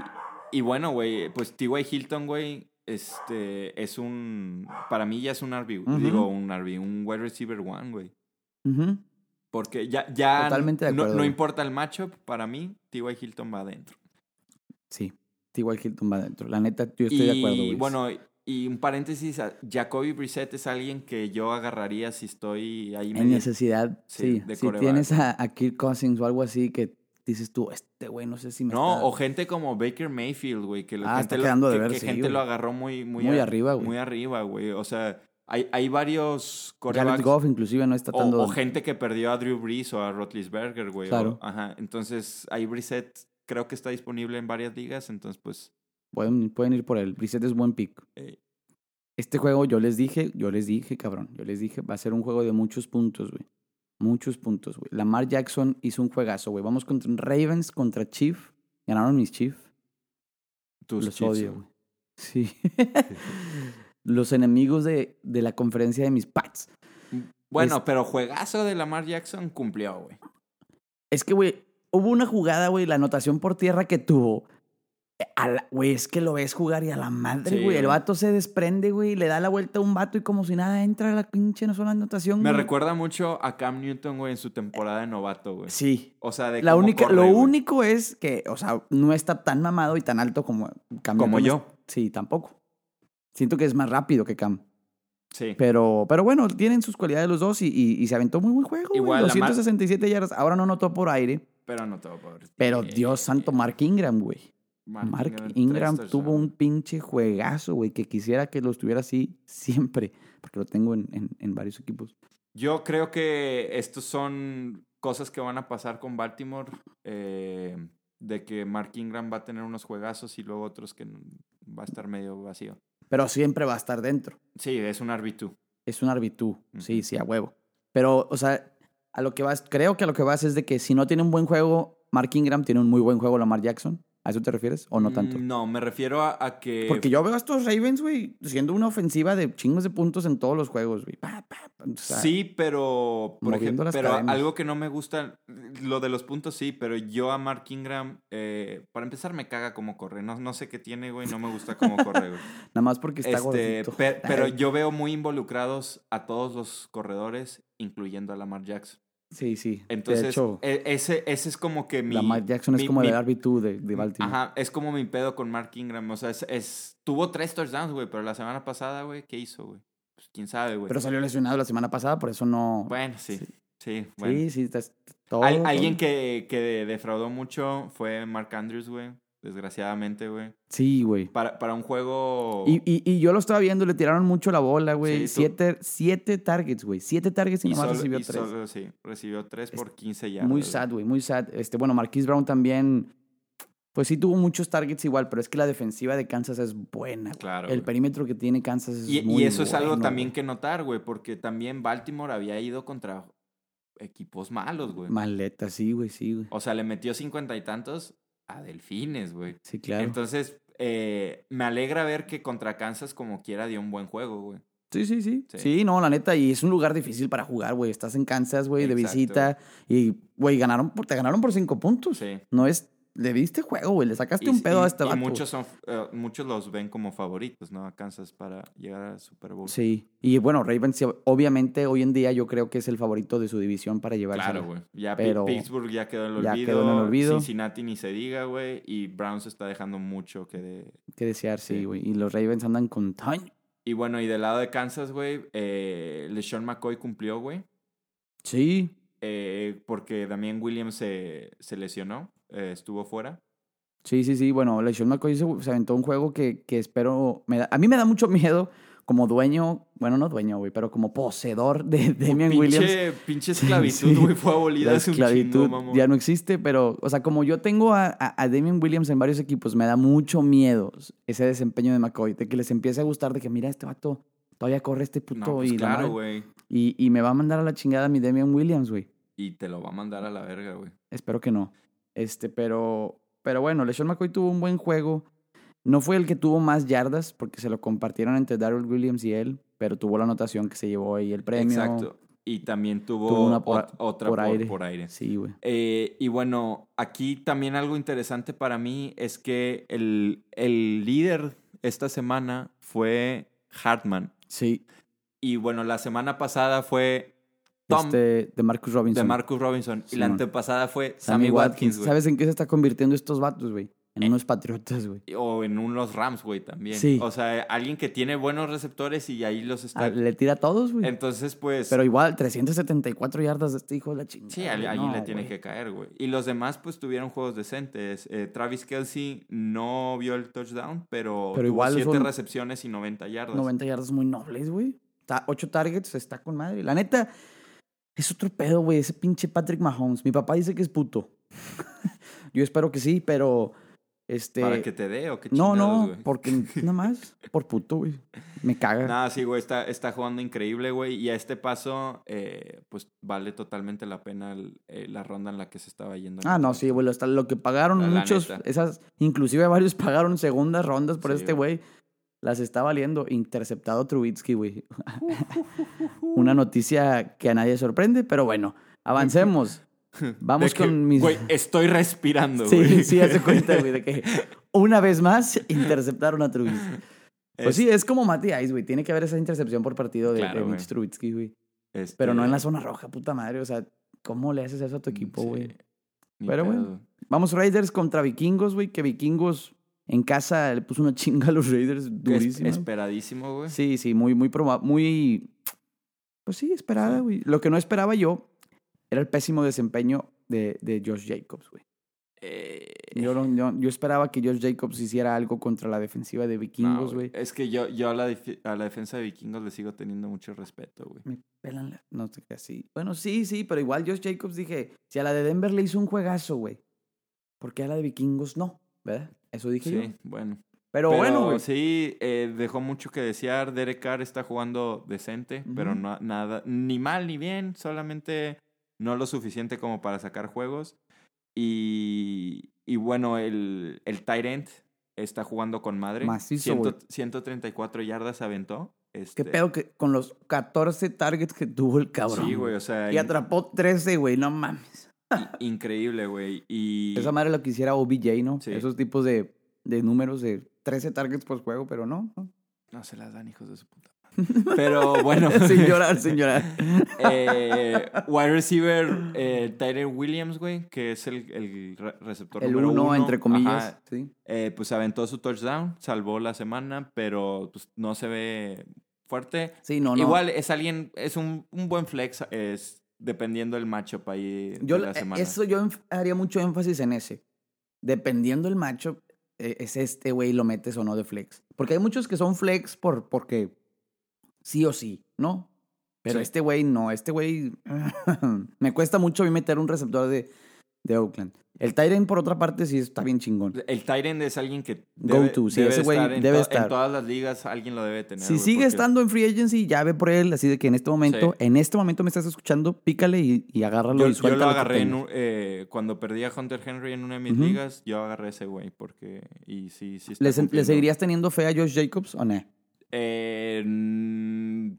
B: y bueno, güey, pues T.Y. Hilton, güey, este, es un, para mí ya es un RB,
A: Ujú.
B: digo, un RB, un wide receiver one, güey.
A: Ujú.
B: Porque ya, ya
A: Totalmente de
B: no-
A: acuerdo,
B: no,
A: güey.
B: importa el matchup, para mí T.Y. Hilton va adentro.
A: Sí, igual Hilton va adentro. La neta, yo estoy
B: y,
A: de acuerdo, güey.
B: Bueno, y un paréntesis, a- Jacoby Brissett es alguien que yo agarraría si estoy ahí
A: en
B: medio-
A: necesidad, sí.
B: Sí, de
A: si
B: coreback.
A: tienes a, a Kirk Cousins o algo así que dices tú, este güey, no sé si me
B: No,
A: está...
B: o gente como Baker Mayfield, güey, que la
A: Ah,
B: gente,
A: está
B: lo,
A: quedando de
B: que-
A: ver,
B: que
A: sí,
B: gente
A: güey.
B: lo agarró muy, muy,
A: Muy
B: a-
A: arriba, güey.
B: Muy arriba, güey. O sea, hay, hay varios
A: Jared
B: corebacks
A: Goff inclusive no está
B: o,
A: tratando...
B: o gente que perdió a Drew Brees o a Rotlisberger, güey. o-
A: Claro.
B: ajá. Entonces, ahí Brissett creo que está disponible en varias ligas, entonces pues
A: Pueden, pueden ir por él. Brissette es buen pick.
B: Ey.
A: Este juego yo les dije, yo les dije, cabrón, yo les dije, va a ser un juego de muchos puntos, güey. Muchos puntos, güey. Lamar Jackson hizo un juegazo, güey. Vamos contra Ravens contra Chief. Ganaron mis Chief.
B: tus
A: Los
B: Chiefs,
A: odio, güey. Sí. Los enemigos de, de la conferencia de mis Pats.
B: Bueno,
A: Es-
B: pero juegazo de Lamar Jackson cumplió, güey.
A: Es que, güey, hubo una jugada, güey, la anotación por tierra que tuvo. A la- Güey, es que lo ves jugar y a la madre,
B: Sí,
A: güey.
B: güey.
A: el vato se desprende, güey, le da la vuelta a un vato y como si nada entra a la pinche, no solo anotación.
B: Me
A: güey.
B: recuerda mucho a Cam Newton, güey, en su temporada de novato, güey.
A: Sí.
B: O sea, de
A: La
B: cómo
A: única,
B: corre,
A: lo
B: güey.
A: único es que, o sea, no está tan mamado y tan alto como Cam.
B: Como
A: Newton.
B: yo.
A: Sí, tampoco. Siento que es más rápido que Cam.
B: Sí.
A: Pero, pero bueno, tienen sus cualidades los dos y, y- y se aventó muy buen juego. güey.
B: Igual, la mar-
A: 267 yardas. Ahora no notó por aire,
B: Pero no todo, pobre.
A: pero
B: Eh,
A: Dios santo, Mark Ingram, güey. Mark
B: tres
A: Ingram
B: touchdowns.
A: tuvo un pinche juegazo, güey, que quisiera que los tuviera así siempre, porque lo tengo en, en- en varios equipos.
B: Yo creo que estos son cosas que van a pasar con Baltimore. eh, de que Mark Ingram va a tener unos juegazos y luego otros que n- va a estar medio vacío.
A: Pero siempre va a estar dentro.
B: Sí, es un árbitro.
A: Es un arbitú, sí,
B: Ujú.
A: sí, a huevo. Pero, o sea, a lo que vas, creo que a lo que vas es de que si no tiene un buen juego, Mark Ingram tiene un muy buen juego Lamar Jackson. ¿A eso te refieres? ¿O
B: Mm,
A: no tanto?
B: No, me refiero a, a que.
A: Porque yo veo a estos Ravens, güey, siendo una ofensiva de chingos de puntos en todos los juegos, güey. Pa, pa, pa, o sea,
B: sí, pero. Por
A: moviendo
B: ejemplo,
A: las
B: pero
A: cadenas.
B: algo que no me gusta. Lo de los puntos sí, pero yo a Mark Ingram. eh, para empezar, me caga cómo corre. No, no sé qué tiene, güey. No me gusta cómo corre, güey.
A: Nada más porque está
B: Este,
A: gordito.
B: pe- pero
A: Ay,
B: yo veo muy involucrados a todos los corredores, incluyendo a Lamar Jackson.
A: Sí, sí.
B: Entonces,
A: de hecho,
B: e- ese, ese es como que mi...
A: Lamar Jackson es
B: mi-
A: como
B: mi-
A: el árbitro de, de Baltimore.
B: Ajá, es como mi pedo con Mark Ingram. O sea, es, es- tuvo tres touchdowns, güey, pero la semana pasada, güey, ¿qué hizo, güey? Pues quién sabe, güey.
A: Pero salió lesionado la semana pasada, por eso no...
B: Bueno, sí.
A: Sí.
B: Sí, bueno.
A: Sí, sí, estás todo...
B: Al- alguien
A: todo.
B: que, que defraudó mucho fue Mark Andrews, güey. Desgraciadamente, güey.
A: Sí, güey.
B: Para, para un juego...
A: Y, y, y yo lo estaba viendo, le tiraron mucho la bola, güey.
B: Sí, tú-
A: siete, siete targets, güey. Siete targets y,
B: y
A: nomás
B: solo-
A: recibió
B: y
A: tres.
B: solo- sí, recibió tres
A: Es
B: por 15 yardas.
A: Muy
B: güey.
A: sad, güey, muy sad. Este, bueno, Marquise Brown también Pues sí tuvo muchos targets igual, pero es que la defensiva de Kansas es buena. güey.
B: Claro,
A: El
B: güey.
A: perímetro que tiene Kansas es
B: Y, y
A: muy
B: eso es algo
A: bueno,
B: también
A: güey.
B: que notar, güey, porque también Baltimore había ido contra equipos malos, güey.
A: Maleta, sí, güey, sí, güey.
B: O sea, le metió cincuenta y tantos a Delfines, güey.
A: Sí, claro.
B: Entonces, eh, me alegra ver que contra Kansas como quiera dio un buen juego, güey.
A: Sí, sí, sí,
B: Sí.
A: sí. no, la neta. Y es un lugar difícil para jugar, güey. Estás en Kansas, güey, de
B: Exacto.
A: visita. Y, güey, ganaron por, te ganaron por cinco puntos.
B: Sí.
A: No es. Le diste juego, güey. Le sacaste un pedo
B: y-
A: a este
B: y
A: vato.
B: muchos, son, eh, muchos los ven como favoritos, ¿no? A Kansas para llegar al Super Bowl.
A: Sí. Y bueno, Ravens, sí, obviamente, hoy en día yo creo que es el favorito de su división para llevarse.
B: Claro, güey. Ya Pi-
A: Pero-
B: Pittsburgh ya quedó en el olvido.
A: ya quedó en el olvido.
B: Cincinnati ni se diga, güey. Y Browns está dejando mucho que de...
A: Que desear, sí,
B: Sí.
A: güey. Y los Ravens andan con time.
B: Y bueno, y del lado de Kansas, güey, eh, LeSean McCoy cumplió, güey.
A: Sí.
B: eh, porque también Williams se, se lesionó, eh, estuvo fuera.
A: Sí, sí, sí. Bueno, LeSean McCoy se, se aventó un juego que, que espero. me da- a mí me da mucho miedo como dueño. Bueno, no dueño, güey, pero como poseedor de Damian
B: pinche,
A: Williams.
B: pinche
A: Sí,
B: esclavitud,
A: sí.
B: güey, fue abolida
A: La
B: hace un
A: esclavitud
B: chingo, mamón.
A: ya no existe, pero, o sea, como yo tengo a, a, a Damien Williams en varios equipos, me da mucho miedo ese desempeño de McCoy, de que les empiece a gustar, de que mira, este vato todavía corre este puto
B: No, pues
A: y, la madre".
B: claro, güey.
A: y, y me va a mandar a la chingada mi Damien Williams, güey.
B: Y te lo va a mandar a la verga, güey.
A: Espero que no. Este, pero, pero bueno, LeSean McCoy tuvo un buen juego. No fue el que tuvo más yardas, porque se lo compartieron entre Darrell Williams y él, pero tuvo la anotación que se llevó ahí el premio.
B: Exacto. Y también tuvo,
A: Tuvo una por-
B: ot- otra
A: por
B: por
A: aire.
B: Por aire.
A: Sí, güey.
B: Eh, y bueno, aquí también algo interesante para mí es que el, el líder esta semana fue Hartman.
A: Sí.
B: Y bueno, la semana pasada fue Tom
A: Este, de Marcus Robinson.
B: de Marcus Robinson. Y la
A: Simón.
B: antepasada fue
A: Sammy,
B: Sammy Watkins, güey.
A: ¿Sabes en qué se está convirtiendo estos vatos, güey? En
B: Eh.
A: unos patriotas, güey.
B: O en unos Rams, güey, también.
A: Sí.
B: O sea, alguien que tiene buenos receptores y ahí los está.
A: Ah, Le tira a todos, güey.
B: Entonces, pues.
A: Pero igual, 374 yardas de este hijo de la chingada.
B: Sí, al-
A: güey.
B: alguien
A: No,
B: le tiene
A: güey.
B: que caer, güey. Y los demás, pues, tuvieron juegos decentes. Eh, Travis Kelsey no vio el touchdown, pero,
A: Pero
B: tuvo
A: igual
B: siete
A: son-
B: recepciones y 90 yardas.
A: 90 yardas muy nobles, güey. 8 targets, está con madre. La neta, es otro pedo, güey. Ese pinche Patrick Mahomes. Mi papá dice que es puto. Yo espero que sí, pero. Este.
B: ¿Para que te dé o qué
A: no,
B: chingados,
A: no,
B: güey?
A: porque nada más. Por puto, güey. Me caga.
B: Nada, sí, güey, está, está jugando increíble, güey. Y a este paso, eh, pues, vale totalmente la pena el- eh, la ronda en la que se estaba yendo.
A: Ah, no, sí, güey. Hasta lo que pagaron
B: La- la
A: muchos,
B: neta.
A: esas, inclusive varios pagaron segundas rondas por
B: Sí,
A: este güey. Las está valiendo. Interceptado Trubitsky, güey. Una noticia que a nadie sorprende, pero bueno, avancemos. Vamos
B: De que,
A: con mis.
B: Güey, estoy respirando, güey.
A: sí, sí, hace cuenta, güey, de que una vez más interceptaron a Trubitsky. Pues
B: Es-
A: sí, es como Matty Ice, güey. Tiene que haber esa intercepción por partido de,
B: Claro,
A: de
B: güey.
A: Mitch Trubitsky, güey.
B: este,
A: Pero no en la zona roja, puta madre. O sea, ¿cómo le haces eso a tu equipo,
B: Mm, sí,
A: güey?
B: ni
A: Pero, güey,
B: pedo.
A: Vamos Raiders contra Vikingos, güey, que Vikingos en casa le puso una chinga a los Raiders
B: Que es-
A: durísima.
B: Esperadísimo, güey.
A: Sí, sí, muy, muy, proba- muy, pues sí, esperada,
B: Sí.
A: güey. Lo que no esperaba yo era el pésimo desempeño de, de Josh Jacobs, güey.
B: Eh,
A: Yo, no- yo, yo esperaba que Josh Jacobs hiciera algo contra la defensiva de
B: No,
A: Vikingos, güey.
B: Es que yo, yo a, la difi- a la defensa de vikingos le sigo teniendo mucho respeto, güey.
A: Me pelan la... No te creas, sí. Bueno, sí, sí, pero igual Josh Jacobs dije, si a la de Denver le hizo un juegazo, güey, ¿por qué a la de Vikingos no? ¿Verdad? Eso dije
B: Sí,
A: yo.
B: bueno.
A: Pero, bueno, güey.
B: Sí, eh, dejó mucho que desear. Derek Carr está jugando decente, pero
A: Ujú.
B: no, nada, ni mal ni bien, solamente no lo suficiente como para sacar juegos. Y, y bueno, el, el tight end está jugando con madre.
A: Macizo,
B: Ciento-
A: güey.
B: 134 yardas aventó.
A: Qué
B: Este,
A: pedo que con los 14 targets que tuvo el cabrón.
B: Sí, güey, o sea,
A: Y
B: in-
A: atrapó 13, güey, no mames.
B: increíble, güey. Y
A: Esa madre lo quisiera OBJ, ¿no?
B: Sí.
A: Esos tipos de, de números de 13 targets por juego, pero no. no.
B: no se las dan hijos de su puta. madre. Pero bueno,
A: sin llorar, sin llorar.
B: Eh, wide receiver eh, Tyron Williams, güey, que es el, el re- receptor
A: El
B: número
A: uno,
B: uno.
A: entre comillas.
B: Ajá.
A: Sí.
B: Eh, pues aventó su touchdown, salvó la semana, pero pues, no se ve fuerte.
A: sí, no, no.
B: Igual es alguien, es un, un buen flex, es dependiendo del matchup ahí
A: yo,
B: de la
A: eh,
B: semana.
A: eso yo enf- haría mucho énfasis en ese. Dependiendo el macho, es este güey lo metes o no de flex. Porque hay muchos que son flex por, porque sí o sí, ¿no? Pero
B: Sí.
A: este güey no, este güey me cuesta mucho a mí meter un receptor de, de Oakland. El Tyrion, por otra parte, sí está bien chingón.
B: El Tyrant es alguien que
A: Go
B: debe,
A: to, sí,
B: debe
A: ese güey
B: estar en
A: debe
B: to-
A: estar.
B: En todas las ligas alguien lo debe tener.
A: Si
B: güey,
A: sigue
B: porque-
A: estando en free agency, ya ve por él, así de que en este momento, en este momento me estás escuchando, pícale y, y agárralo
B: Yo,
A: y
B: yo
A: suelta
B: lo
A: que
B: agarré en
A: tengas.
B: un- eh, cuando perdí a Hunter Henry en una de mis
A: Ujú.
B: ligas, yo agarré ese güey porque y sí sí está
A: ¿Le, se- le
B: cumpliendo.
A: seguirías teniendo fe a Josh Jacobs o no?
B: Eh, mm,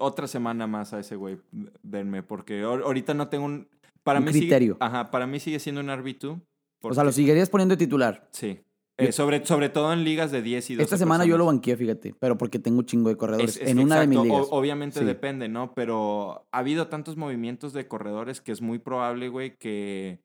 B: otra semana más a ese güey, denme porque ahor- ahorita no tengo un para
A: Un
B: mí
A: criterio.
B: Sigue, ajá, para mí sigue siendo un árbitro.
A: O sea, lo seguirías poniendo de titular.
B: Sí. Eh, sobre, sobre todo en ligas de 10 y 12
A: Esta semana yo lo
B: personas.
A: banqué, fíjate, pero porque tengo un chingo de corredores
B: Es- es
A: en
B: que
A: una de mis
B: exacto, o-
A: ligas.
B: obviamente
A: Sí.
B: depende, ¿no? Pero ha habido tantos movimientos de corredores que es muy probable, güey, que,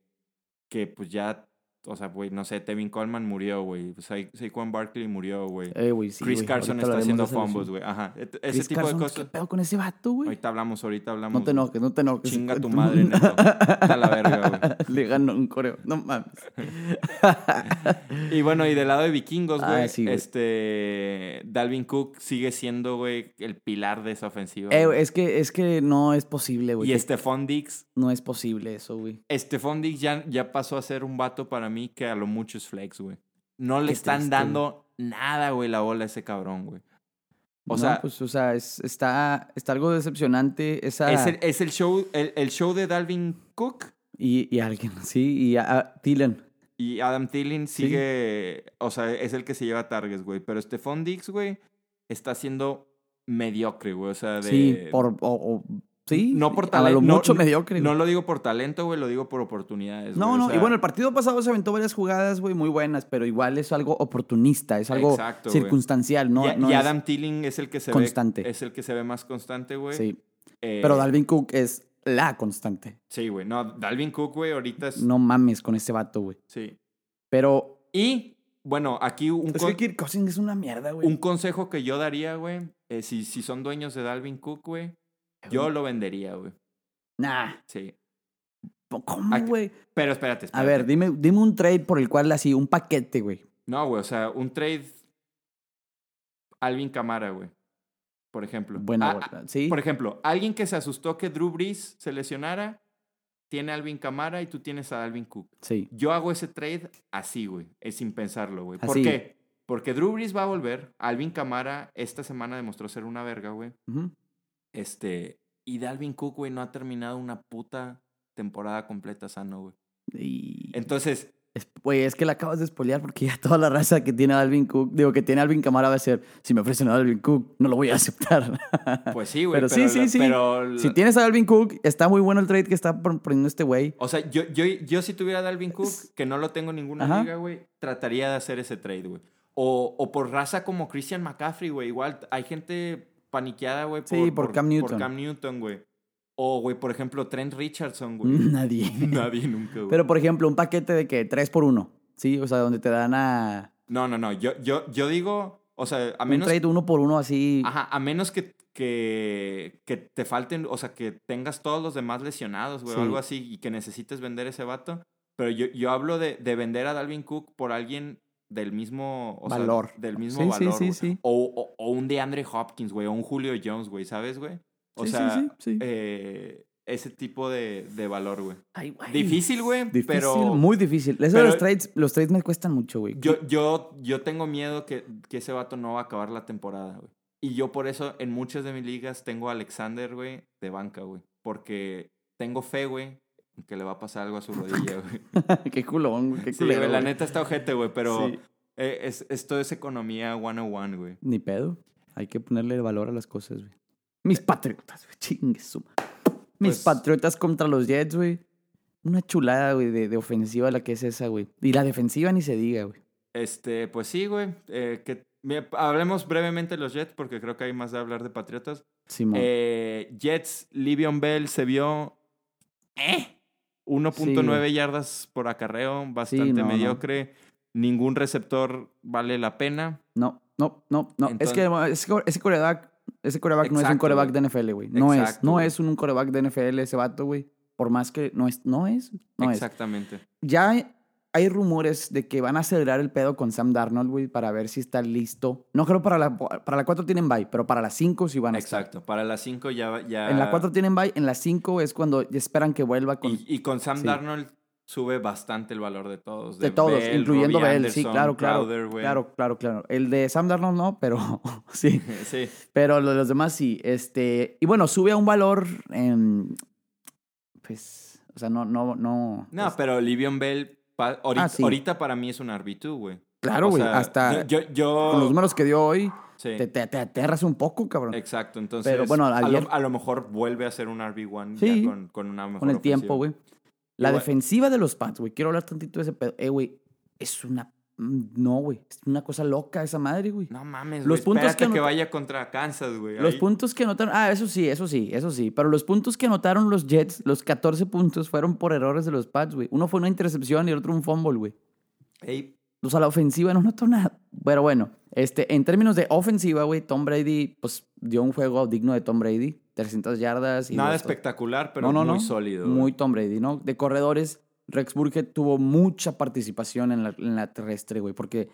B: que pues ya, o sea, güey, no sé, Tevin Coleman murió, güey. Sa- Saquon Barkley murió, güey.
A: Eh, güey, sí,
B: Chris
A: güey,
B: Carson
A: ahorita
B: está
A: hablaremos de
B: haciendo
A: esa lesión.
B: fumbles, güey. Ajá. Et- Ese
A: Chris
B: tipo
A: Carson,
B: de
A: ¿Qué
B: cosas.
A: pedo con ese vato, güey?
B: Ahorita hablamos, ahorita hablamos.
A: No te enojes, no te enojes.
B: Chinga tu madre, Neto. Está la verga, güey.
A: Le ganó un coreo. No mames.
B: Y bueno, y del lado de vikingos,
A: Ah,
B: güey,
A: sí, güey.
B: este... Dalvin Cook sigue siendo, güey, el pilar de esa ofensiva.
A: Eh,
B: güey.
A: es, que, es que no es posible, güey.
B: y este Stephon Diggs
A: No es posible eso, güey.
B: Stephon Diggs Este ya, ya pasó a ser un vato para mí que a lo mucho es flex, güey. No le
A: Qué
B: están
A: triste,
B: dando nada, güey, la bola a ese cabrón, güey. O
A: No,
B: sea-
A: pues, o sea, es- está, está algo decepcionante esa...
B: Es, el, es el show el, el show de Dalvin Cook
A: Y, y alguien, sí, y a, a Dylan.
B: y Adam Thielen
A: Sí.
B: sigue... O sea, es el que se lleva targets, güey. Pero Stephon Diggs, güey, está siendo mediocre, güey. O sea, de...
A: Sí, por... o- o- sí,
B: No por
A: A lo
B: talento, no-
A: mucho
B: no-
A: mediocre.
B: No
A: güey.
B: lo digo por talento, güey, lo digo por oportunidades.
A: No,
B: güey, o
A: no, y
B: sea,
A: bueno, el partido pasado se aventó varias jugadas, güey, muy buenas, pero igual es algo oportunista, es algo
B: Exacto, güey.
A: circunstancial, no,
B: y,
A: no
B: y
A: es-
B: Adam Thielen es el que se
A: Constante.
B: ve... Es el que se ve más constante, güey.
A: Sí,
B: Eh,
A: pero Dalvin Cook es la constante.
B: Sí, güey. No, Dalvin Cook, güey, ahorita es.
A: No mames con ese vato, güey.
B: Sí.
A: Pero
B: Y, bueno, aquí un,
A: es
B: con-
A: que Kirk Cousins es una mierda, Pues, güey.
B: un consejo que yo daría, güey. eh, si, si son dueños de Dalvin Cook, güey, yo lo vendería, güey.
A: Nah,
B: Sí.
A: ¿cómo,
B: Ac-
A: güey?
B: Pero
A: A
B: espérate, espérate.
A: ver, dime, dime un trade por el cual así, un paquete, güey.
B: No, güey, o sea, un trade. Alvin Camara, güey. Por ejemplo.
A: Bueno,
B: Ah,
A: güey,
B: ah,
A: sí.
B: Por ejemplo, alguien que se asustó que Drew Brees se lesionara, tiene a Alvin Camara y tú tienes a Dalvin Cook.
A: Sí,
B: Yo hago ese trade así, güey. Es sin pensarlo, güey. ¿Por
A: Así.
B: qué? Porque Drew Brees va a volver. Alvin Camara esta semana demostró ser una verga, güey.
A: ujú,
B: Este. Y Dalvin Cook, güey, no ha terminado una puta temporada completa sano, güey.
A: y-
B: Entonces,
A: es- Güey, es que la acabas de spoilear porque ya toda la raza que tiene a Dalvin Cook, digo, que tiene a Alvin Camara va a ser, si me ofrecen a Dalvin Cook, no lo voy a aceptar.
B: pues sí, güey.
A: Pero
B: Pero,
A: sí, sí,
B: la-
A: sí.
B: pero la-
A: si tienes a Dalvin Cook, está muy bueno el trade que está pon- poniendo este güey.
B: o sea, yo, yo, yo si tuviera a Dalvin Cook, que no lo tengo en ninguna
A: Ajá.
B: liga, güey, trataría de hacer ese trade, güey. O, o por raza como Christian McCaffrey, güey. Igual hay gente paniqueada, güey.
A: Sí, por Cam Newton.
B: Por Cam Newton, güey. O, güey, por ejemplo, Trent Richardson, güey.
A: Nadie.
B: Nadie nunca, güey.
A: Pero, por ejemplo, un paquete de que 3 por 1 ¿sí? O sea, donde te dan a...
B: No, no, no. Yo, yo, yo digo, o sea, a
A: Un
B: menos,
A: trade uno por uno así...
B: ajá, a menos que, que, que te falten, o sea, que tengas todos los demás lesionados, güey,
A: Sí.
B: o algo así, y que necesites vender ese vato. Pero yo, yo hablo de, de vender a Dalvin Cook por alguien del mismo o sea,
A: Valor.
B: del mismo
A: Sí, sí,
B: valor.
A: sí,
B: güey.
A: sí.
B: O, o- o un DeAndre Hopkins, güey, o un Julio Jones, güey, ¿sabes, güey? O
A: Sí, sí,
B: sea,
A: sí, sí.
B: eh, ese tipo de, de valor, güey.
A: Ay, güey.
B: Difícil, güey,
A: Difícil,
B: pero-
A: muy difícil. Eso de
B: pero-
A: los trades, los trades me cuestan mucho, güey.
B: Yo, yo, yo tengo miedo que, que ese vato no va a acabar la temporada, güey. Y yo por eso en muchas de mis ligas tengo a Alexander, güey, de banca, güey. Porque tengo fe, güey, en que le va a pasar algo a su rodilla, güey.
A: qué culón, güey, qué
B: Sí, güey,
A: culero,
B: la
A: güey.
B: neta está ojete, güey, pero
A: Sí.
B: eh, es, esto es economía 101, güey.
A: Ni pedo. Hay que ponerle valor a las cosas, güey. Mis patriotas, güey. Chingue su ma- Mis
B: Eh. Pues-
A: patriotas contra los Jets, güey. Una chulada, güey, de, de ofensiva la que es esa, güey. Y la defensiva ni se diga, güey.
B: Este, pues sí, güey. eh, que, mira, hablemos brevemente de los Jets porque creo que hay más de hablar de Patriotas.
A: Simón.
B: Eh, Jets, Livion Bell se vio ¿eh? 1.9 yardas por acarreo, bastante
A: no, no.
B: mediocre. Ningún receptor vale la pena.
A: No, no, no, no. es que ese, core- ese coreback, ese coreback no es un
B: Exacto,
A: coreback
B: güey.
A: de NFL, güey. No es,
B: Exacto,
A: no
B: güey.
A: es un coreback de NFL ese vato, güey. Por más que no es, no es, no es.
B: Exactamente.
A: Ya hay, hay rumores de que van a acelerar el pedo con Sam Darnold, güey, para ver si está listo. No creo para la, para la 4 tienen bye, pero para las 5 sí van a estar.
B: Exacto. Para las 5 ya, ya.
A: En la 4 tienen bye, en la 5 es cuando esperan que vuelva con...
B: Y, y con Sam
A: Sí.
B: Darnold sube bastante el valor de todos.
A: De, todos,
B: Bell,
A: incluyendo
B: Robbie
A: Bell, sí,
B: Anderson,
A: claro, claro.
B: Crowder, güey.
A: claro, claro, claro. El de Sam Darnold no, pero sí.
B: Sí,
A: Pero lo de los demás sí. Este, y bueno, sube a un valor. em, pues. O sea, no, no, no.
B: no,
A: pues,
B: pero Livion Bell, pa- ahorita,
A: Ah, sí.
B: ahorita para mí es un RB2, güey.
A: claro,
B: O
A: güey.
B: sea,
A: hasta
B: Yo. yo- yo-
A: con los números que dio hoy,
B: sí,
A: te, te- te aterras un poco, cabrón.
B: exacto. Entonces,
A: Pero bueno,
B: a,
A: ayer-
B: lo, a lo mejor vuelve a ser un RB1
A: Sí.
B: ya con, con una mejor
A: con el
B: ofensiva.
A: tiempo, güey. La
B: Igual-
A: defensiva de los Pats, güey. Quiero hablar tantito de ese pedo. Eh, güey. Es una. mm, No, güey. Es una cosa loca esa madre, güey.
B: No mames,
A: Los
B: los
A: puntos
B: puntos
A: que
B: Espérate que,
A: anota-
B: vaya contra Kansas, güey.
A: Los
B: Ahí-
A: puntos que anotaron, ah, eso sí, eso sí, eso sí. Pero los puntos que anotaron los Jets, los 14 puntos, fueron por errores de los Pats, güey. Uno fue una intercepción y el otro un fumble, güey.
B: Ey,
A: O sea, la ofensiva no notó nada. Pero bueno, este, en términos de ofensiva, güey, Tom Brady, pues dio un juego digno de Tom Brady. 300 yardas y.
B: nada
A: dos-
B: espectacular, pero muy sólido. eh. güey.
A: Muy Tom Brady, ¿no? De corredores, Rex Burkett tuvo mucha participación en la, en la terrestre, güey, porque,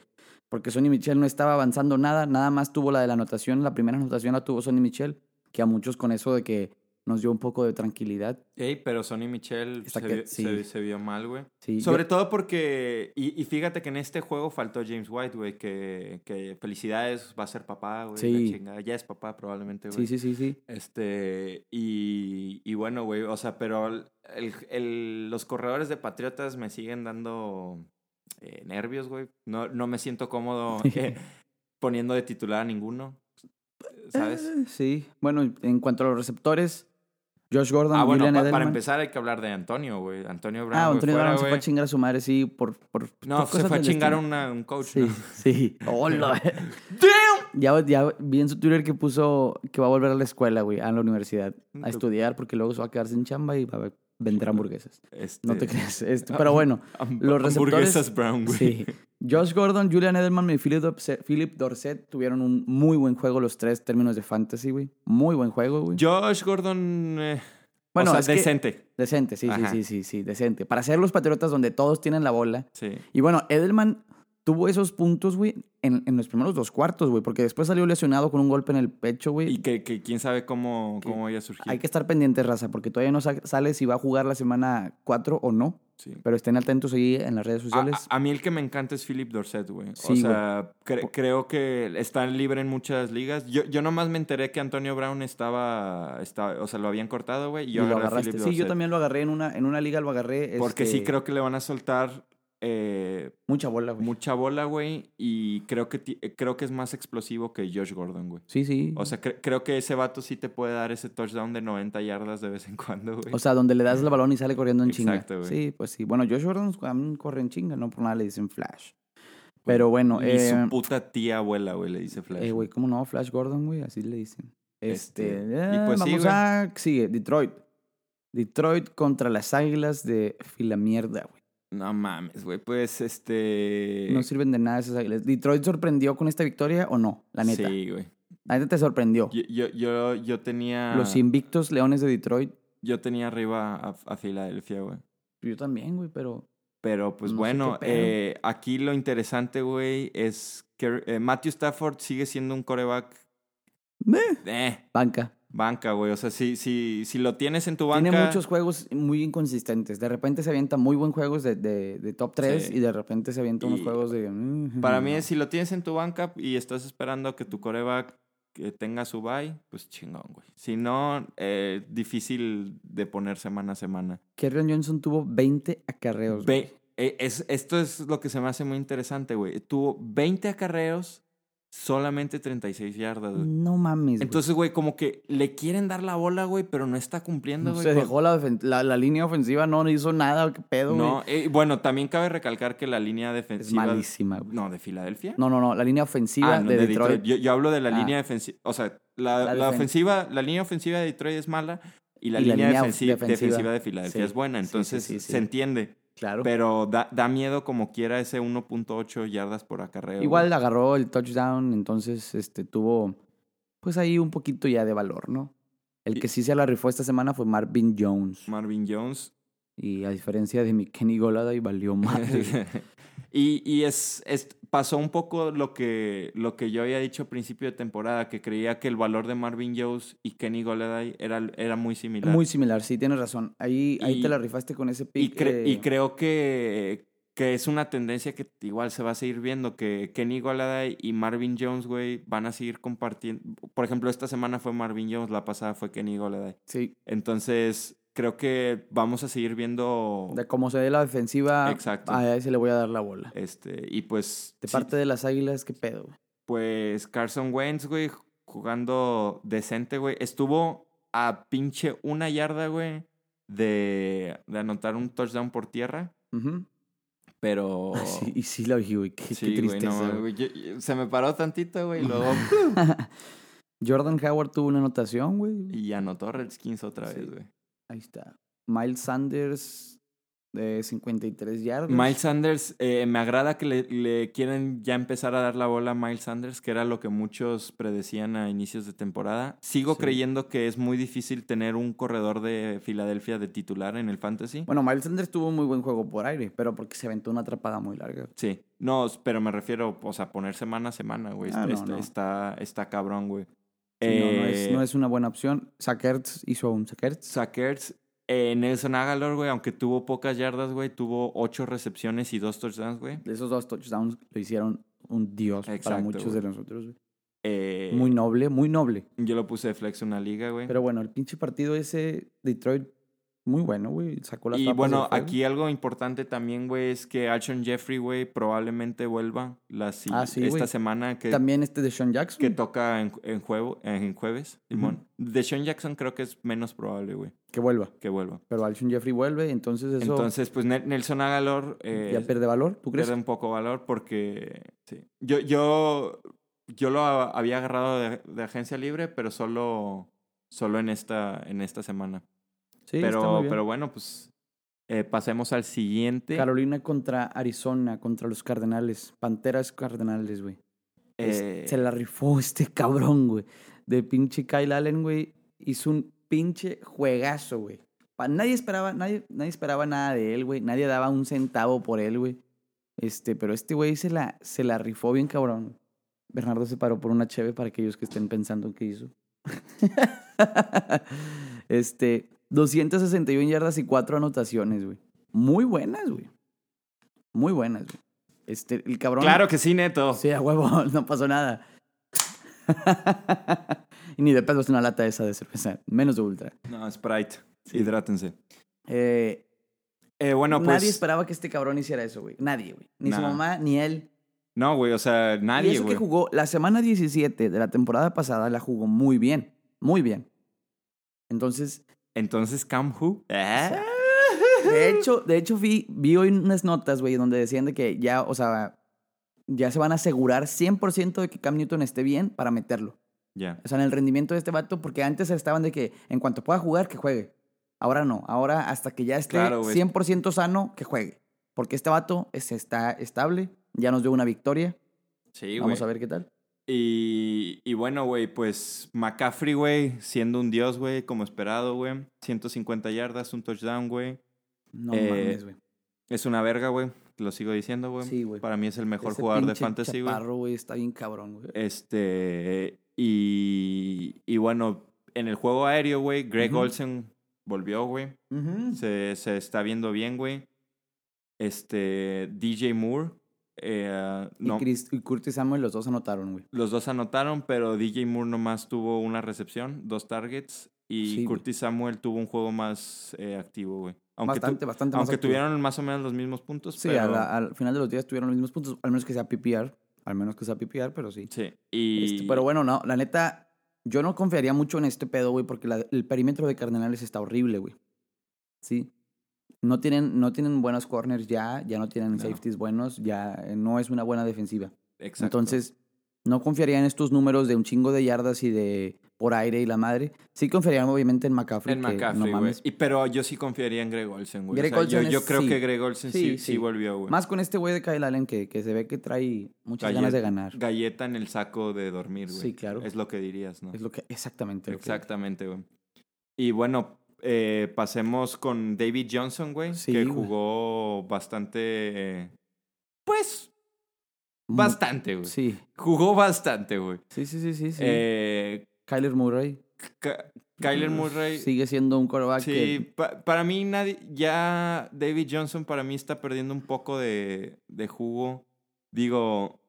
A: porque Sonny Michel no estaba avanzando nada, nada más tuvo la de la anotación, la primera anotación la tuvo Sonny Michel, que a muchos con eso de que nos dio un poco de tranquilidad.
B: Ey, pero Sonny Michel
A: Está
B: se,
A: que-
B: vio-
A: sí.
B: se- se vio mal, güey.
A: Sí,
B: Sobre
A: yo-
B: todo porque. Y, y fíjate que en este juego faltó James White, güey. Que, que felicidades, va a ser papá, güey.
A: Sí.
B: la chingada. Ya es papá, probablemente, güey.
A: sí, sí, sí, sí.
B: Este. Y, y bueno, güey. O sea, pero el- el- el- los corredores de Patriotas me siguen dando eh, nervios, güey. No, no me siento cómodo eh, poniendo de titular a ninguno. ¿Sabes?
A: Eh, sí. Bueno, en cuanto a los receptores, Josh Gordon,
B: Ah, bueno,
A: Julian
B: pa- para
A: Edelman.
B: empezar hay que hablar de Antonio, güey. Antonio Brown.
A: Ah,
B: güey,
A: Antonio
B: fuera,
A: Brown se fue
B: güey.
A: a chingar a su madre, sí, por... por
B: No,
A: por
B: se
A: cosas
B: fue a
A: del
B: chingar a
A: destino.
B: una- un coach,
A: Sí,
B: ¿no?
A: sí. Hola. Ya, ya vi en su Twitter que puso que va a volver a la escuela, güey, a la universidad, a
B: Tú-
A: estudiar, porque luego se va a quedarse en chamba y va a vender hamburguesas.
B: Este,
A: No te creas. este, pero bueno,
B: ham-
A: los receptores-
B: Hamburguesas Brown, Ah, güey.
A: sí. Josh Gordon, Julian Edelman y Philip Dorset, Philip Dorset tuvieron un muy buen juego los tres términos de fantasy, güey. Muy buen juego, güey.
B: Josh Gordon. eh,
A: Bueno,
B: o sea,
A: es que-
B: decente.
A: Decente, sí, sí,
B: Ajá.
A: sí, sí, sí, decente. Para ser los patriotas donde todos tienen la bola.
B: Sí.
A: Y bueno, Edelman tuvo esos puntos, güey, en, en los primeros dos cuartos, güey, porque después salió lesionado con un golpe en el pecho, güey.
B: Y que, que quién sabe cómo, cómo vaya a surgir.
A: Hay que estar pendiente, raza, porque todavía no sa- sale si va a jugar la semana 4 o no.
B: Sí.
A: Pero estén atentos ahí en las redes
B: A,
A: sociales.
B: a- a mí el que me encanta es Philip Dorset, güey. o
A: Pues Sí,
B: sea, cre- creo que está libre en muchas ligas. Yo, yo nomás me enteré que Antonio Brown estaba, estaba o sea, lo habían cortado, güey. Y
A: y
B: yo
A: lo
B: agarré a
A: agarraste.
B: Philip
A: Sí, yo
B: Dorsett.
A: también lo agarré en una, en una liga, lo agarré.
B: Porque
A: este,
B: sí creo que le van a soltar eh,
A: Mucha bola, güey.
B: mucha bola, güey. Y creo que, ti- eh, creo que es más explosivo que Josh Gordon, güey.
A: Sí, sí.
B: O sea, cre- creo que ese vato sí te puede dar ese touchdown de 90 yardas de vez en cuando, güey.
A: O sea, donde le das el balón y sale corriendo en chinga.
B: Exacto, güey.
A: Sí, pues sí. Bueno, Josh Gordon también corre en chinga, no por nada le dicen Flash. Pero bueno,
B: Ni
A: eh,
B: Pues, su puta tía abuela, güey, le dice Flash.
A: eh, güey, ¿cómo no? Flash Gordon, güey, así le dicen. Este,
B: Este, y
A: eh,
B: pues sí,
A: vamos
B: güey.
A: a... Sigue, Detroit. Detroit contra las Águilas de Filamierda, güey.
B: No mames, güey. Pues este.
A: No sirven de nada esas águilas. ¿Detroit sorprendió con esta victoria o no? La neta.
B: Sí, güey.
A: La neta te sorprendió.
B: Yo, yo, yo, yo tenía.
A: Los invictos leones de Detroit.
B: Yo tenía arriba a, a Filadelfia, güey.
A: Yo también, güey, pero.
B: Pero pues
A: No sé
B: bueno,
A: qué pedo.
B: eh, aquí lo interesante, güey, es que eh, Matthew Stafford sigue siendo un coreback.
A: Meh.
B: Eh,
A: Banca.
B: banca, güey. O sea, si, si, si lo tienes en tu banca.
A: Tiene muchos juegos muy inconsistentes. De repente se avienta muy buen juegos de, de- de top 3
B: Sí.
A: y de repente se avienta unos
B: Y
A: juegos de.
B: Para mí, si lo tienes en tu banca y estás esperando a que tu coreback que tenga su bye, pues chingón, güey. Si no, eh, difícil de poner semana a semana.
A: Kerrion Johnson tuvo 20 acarreos. güey.
B: Ve, eh, es, esto es lo que se me hace muy interesante, güey. Tuvo 20 acarreos, solamente 36 yardas, güey.
A: No mames. Mm, güey.
B: Entonces, güey, como que le quieren dar la bola, güey, pero no está cumpliendo, güey.
A: se
B: con-
A: dejó la, ofen- la, la línea ofensiva, no hizo nada. ¿Qué pedo,
B: No,
A: güey?
B: eh, bueno, también cabe recalcar que la línea
A: Es
B: defensiva...
A: malísima, güey.
B: No, de Filadelfia.
A: No, no, no. La línea ofensiva
B: Ah, no,
A: de, Detroit.
B: Yo, yo hablo de la
A: Ah.
B: línea defensiva. O sea, la,
A: La
B: la
A: defen-
B: ofensiva, la línea ofensiva de Detroit es mala y la
A: Y la
B: línea,
A: línea
B: defensi-
A: defensiva.
B: defensiva, de Filadelfia
A: Sí,
B: es buena.
A: sí, sí,
B: Entonces
A: sí, sí.
B: se entiende.
A: Claro.
B: Pero da, da miedo como quiera ese 1.8 yardas por acarreo.
A: Igual
B: güey.
A: agarró el touchdown, entonces este, tuvo pues ahí un poquito ya de valor, ¿no? El
B: Y-
A: que sí se la rifó esta semana fue Marvin Jones.
B: Marvin Jones.
A: Y a diferencia de mi Kenny Golada, y valió madre.
B: y y es, es, pasó un poco lo que, lo que yo había dicho a principio de temporada, que creía que el valor de Marvin Jones y Kenny Golladay era, era muy similar.
A: Muy similar, sí, tienes razón. Ahí, ahí
B: Y-
A: te la rifaste con ese
B: y,
A: pick.
B: cre-
A: eh,
B: y creo que, que es una tendencia que igual se va a seguir viendo, que Kenny Golladay y Marvin Jones, güey, van a seguir compartiendo. Por ejemplo, esta semana fue Marvin Jones, la pasada fue Kenny Golladay.
A: sí,
B: Entonces, creo que vamos a seguir viendo...
A: de como se ve la defensiva,
B: oh. Exacto.
A: a ese le voy a dar la bola.
B: Este, y pues...
A: De
B: sí,
A: parte de las águilas, qué pedo. güey?
B: Pues Carson Wentz, güey, jugando decente, güey. Estuvo a pinche una yarda, güey, de, de anotar un touchdown por tierra,
A: Ujú.
B: pero...
A: Sí, y sí la vi, güey. Qué, qué
B: Oh. Sí, güey, no,
A: tristeza. güey.
B: güey, yo- yo- se me paró tantito, güey, y luego...
A: Jordan Howard tuvo una anotación, güey.
B: y anotó Redskins otra
A: Sí.
B: vez, güey.
A: Ahí está. Miles Sanders de 53 yardas.
B: Miles Sanders, eh, me agrada que le, le quieren ya empezar a dar la bola a Miles Sanders, que era lo que muchos predecían a inicios de temporada. Sigo
A: Sí.
B: creyendo que es muy difícil tener un corredor de Filadelfia de titular en el fantasy.
A: Bueno, Miles Sanders tuvo un muy buen juego por aire, pero porque se aventó una atrapada muy larga.
B: Sí, no, s- pero me refiero, o sea, poner semana a semana, güey.
A: Ah,
B: está,
A: no,
B: está-
A: no.
B: Está, está cabrón, güey.
A: Sí, no, no, es,
B: Eh,
A: no es una buena opción. Sakertz hizo un Sakertz.
B: Zach Ertz, eh, Nelson Agalor, güey, aunque tuvo pocas yardas, güey, tuvo ocho recepciones y dos touchdowns, güey.
A: Esos dos touchdowns lo hicieron un dios para
B: Exacto,
A: muchos
B: güey.
A: de nosotros. güey.
B: Eh,
A: Muy noble, muy noble.
B: Yo lo puse de flex en una liga, güey.
A: Pero bueno, el pinche partido ese, Detroit, muy bueno, güey. Sacó las
B: Y
A: tapas
B: bueno,
A: del juego.
B: aquí algo importante también, güey, es que Alshon Jeffrey, güey, probablemente vuelva la, si-
A: Ah, sí,
B: esta
A: güey.
B: semana que,
A: También este de Sean Jackson.
B: que toca en, en, juego, en jueves, Simón. De Sean Jackson creo que es menos probable, güey,
A: que vuelva.
B: que vuelva.
A: Pero Alshon Jeffrey vuelve, entonces eso
B: Entonces, pues Ne- Nelson Agalor eh,
A: ya pierde valor, ¿tú crees?
B: pierde un poco valor porque sí. yo, yo, yo lo a- había agarrado de, de agencia libre, pero solo, solo en, esta, en esta semana.
A: Sí, está muy
B: pero,
A: bien.
B: pero bueno, pues eh, pasemos al siguiente.
A: Carolina contra Arizona, contra los Cardenales, Panteras Cardenales, güey. Es-
B: Eh,
A: Se la rifó este cabrón, güey. De pinche Kyle Allen, güey. Hizo un pinche juegazo, güey. Pa- Nadie esperaba, nadie, nadie esperaba nada de él, güey. Nadie daba un centavo por él, güey. Este, pero este güey se la, se la rifó bien cabrón. Bernardo se paró por una cheve para aquellos que estén pensando qué hizo. este, 261 yardas y cuatro anotaciones, güey. Muy buenas, güey. Muy buenas, güey. Este, el cabrón.
B: Claro que sí, Neto.
A: Sí, a huevo, no pasó nada. y ni de pedo es una lata esa de cerveza, menos de ultra.
B: No, Sprite. Hidrátense.
A: Eh,
B: Eh, bueno, pues.
A: nadie esperaba que este cabrón hiciera eso, güey. Nadie, güey. Ni su
B: Nah.
A: mamá, ni él.
B: No, güey, o sea,
A: y
B: nadie,
A: eso
B: güey.
A: que jugó la semana 17 de la temporada pasada la jugó muy bien, muy bien. Entonces,
B: Entonces, Cam Who. ¿Eh?
A: Ah. de hecho, de hecho vi, vi hoy unas notas, güey, donde decían de que ya, o sea, ya se van a asegurar 100% de que Cam Newton esté bien para meterlo.
B: Ya.
A: O sea, en el rendimiento de este vato, porque antes estaban de que en cuanto pueda jugar, que juegue. Ahora no, ahora hasta que ya esté
B: Claro, güey.
A: 100% sano, que juegue. Porque este vato es- está estable, ya nos dio una victoria.
B: Sí,
A: Vamos
B: güey.
A: a ver qué tal.
B: Y, y bueno, güey, pues McCaffrey, güey, siendo un dios, güey, como esperado, güey. 150 yardas, un touchdown, güey.
A: No
B: Eh,
A: mames, güey.
B: Es una verga, güey. Lo sigo diciendo, güey.
A: Sí, güey.
B: Para mí es el mejor
A: Ese
B: jugador de
A: pinche
B: fantasy, güey.
A: chaparro, güey, está bien cabrón, güey.
B: Este. Y, y bueno, en el juego aéreo, güey, Greg
A: Ujú.
B: Olsen volvió, güey.
A: Ujú.
B: Se, se está viendo bien, güey. Este, DJ Moore. eh, no,
A: Y, Chris, y Curtis Samuel, los dos anotaron, güey.
B: los dos anotaron, pero DJ Moore nomás tuvo una recepción, dos targets. Y
A: Sí, güey.
B: Curtis Samuel tuvo un juego más eh, activo, güey. Aunque, tu-
A: Bastante, bastante. más
B: aunque
A: activo.
B: tuvieron más o menos los mismos puntos.
A: Sí,
B: pero-
A: a la- al final de los días tuvieron los mismos puntos, al menos que sea PPR. Al menos que sea PPR, pero sí.
B: Sí. Y,
A: Este, pero bueno, no, la neta, yo no confiaría mucho en este pedo, güey, porque la- el perímetro de Cardenales está horrible, güey. Sí. No tienen, no tienen buenos corners ya, ya no tienen
B: No.
A: safeties buenos, ya eh, no es una buena defensiva.
B: exacto.
A: Entonces, no confiaría en estos números de un chingo de yardas y de por aire y la madre. Sí confiaría obviamente en McCaffrey.
B: En
A: que
B: McCaffrey,
A: no
B: güey.
A: mames.
B: Y- pero yo sí confiaría en Greg Olsen, güey. O
A: Greg
B: sea, yo-
A: Olsen es-
B: yo, creo
A: sí.
B: que Greg Olsen sí,
A: Sí,
B: sí,
A: sí.
B: volvió, güey.
A: Más con este güey de Kyle Allen que, que se ve que trae muchas ganas de
B: Gallet-
A: ganar.
B: Galleta en el saco de dormir, güey.
A: Sí, claro.
B: Es lo que dirías, ¿no?
A: Es lo que, exactamente. lo que-
B: Exactamente, güey. Y bueno, Eh, pasemos con David Johnson, güey,
A: Sí,
B: que
A: güey.
B: jugó bastante... eh, Pues,
A: Mu-
B: bastante, güey.
A: Mm. Sí,
B: Jugó bastante, güey.
A: sí, sí, sí, sí. sí.
B: Eh,
A: Kyler Murray.
B: Ka- Kyler Murray...
A: Sigue siendo un quarterback
B: Sí,
A: Mm, que...
B: pa- para mí nadie, ya David Johnson para mí está perdiendo un poco de, de jugo. Digo,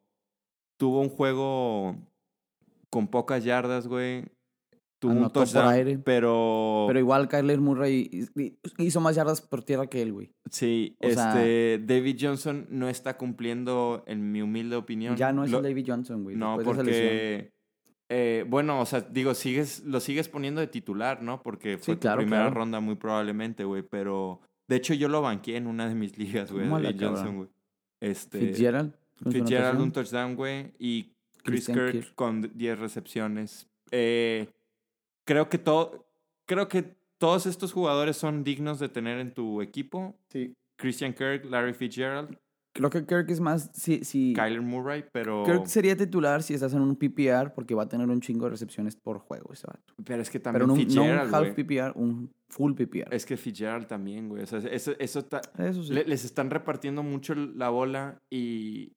B: tuvo un juego con pocas yardas, güey. Tuvo un
A: Anotó por
B: touchdown,
A: aire.
B: pero,
A: Pero igual Kyler Murray hizo más yardas por tierra que él, güey.
B: sí,
A: o sea-
B: este David Johnson no está cumpliendo, en mi humilde opinión.
A: Ya no es
B: lo-
A: el David Johnson, güey.
B: No,
A: después de esa lesión.
B: porque eh, bueno, o sea, digo, sigues, lo sigues poniendo de titular, ¿no? Porque fue tu
A: claro,
B: primera
A: claro.
B: ronda muy probablemente, güey. Pero de hecho yo lo banqué en una de mis ligas, güey.
A: Tómala,
B: David
A: cabrón.
B: Johnson, güey. Este, Fitzgerald,
A: Fitzgerald. con su
B: un
A: anotación.
B: touchdown, güey. Y Chris
A: Christian
B: Kirk,
A: Kirk.
B: con 10 recepciones. Eh, creo que todo, creo que todos estos jugadores son dignos de tener en tu equipo.
A: Sí.
B: Christian Kirk, Larry Fitzgerald,
A: Creo que Kirk es más... Sí, sí.
B: Kyler Murray, pero...
A: Kirk sería titular si estás en un PPR porque va a tener un chingo de recepciones por juego ese vato.
B: Pero es que también
A: Pero no, un- no
B: Fitzgerald,
A: un half
B: güey.
A: PPR, un full PPR.
B: Es que Fitzgerald también, güey. O sea, eso, eso ta-
A: Eso sí.
B: le- les están repartiendo mucho la bola y,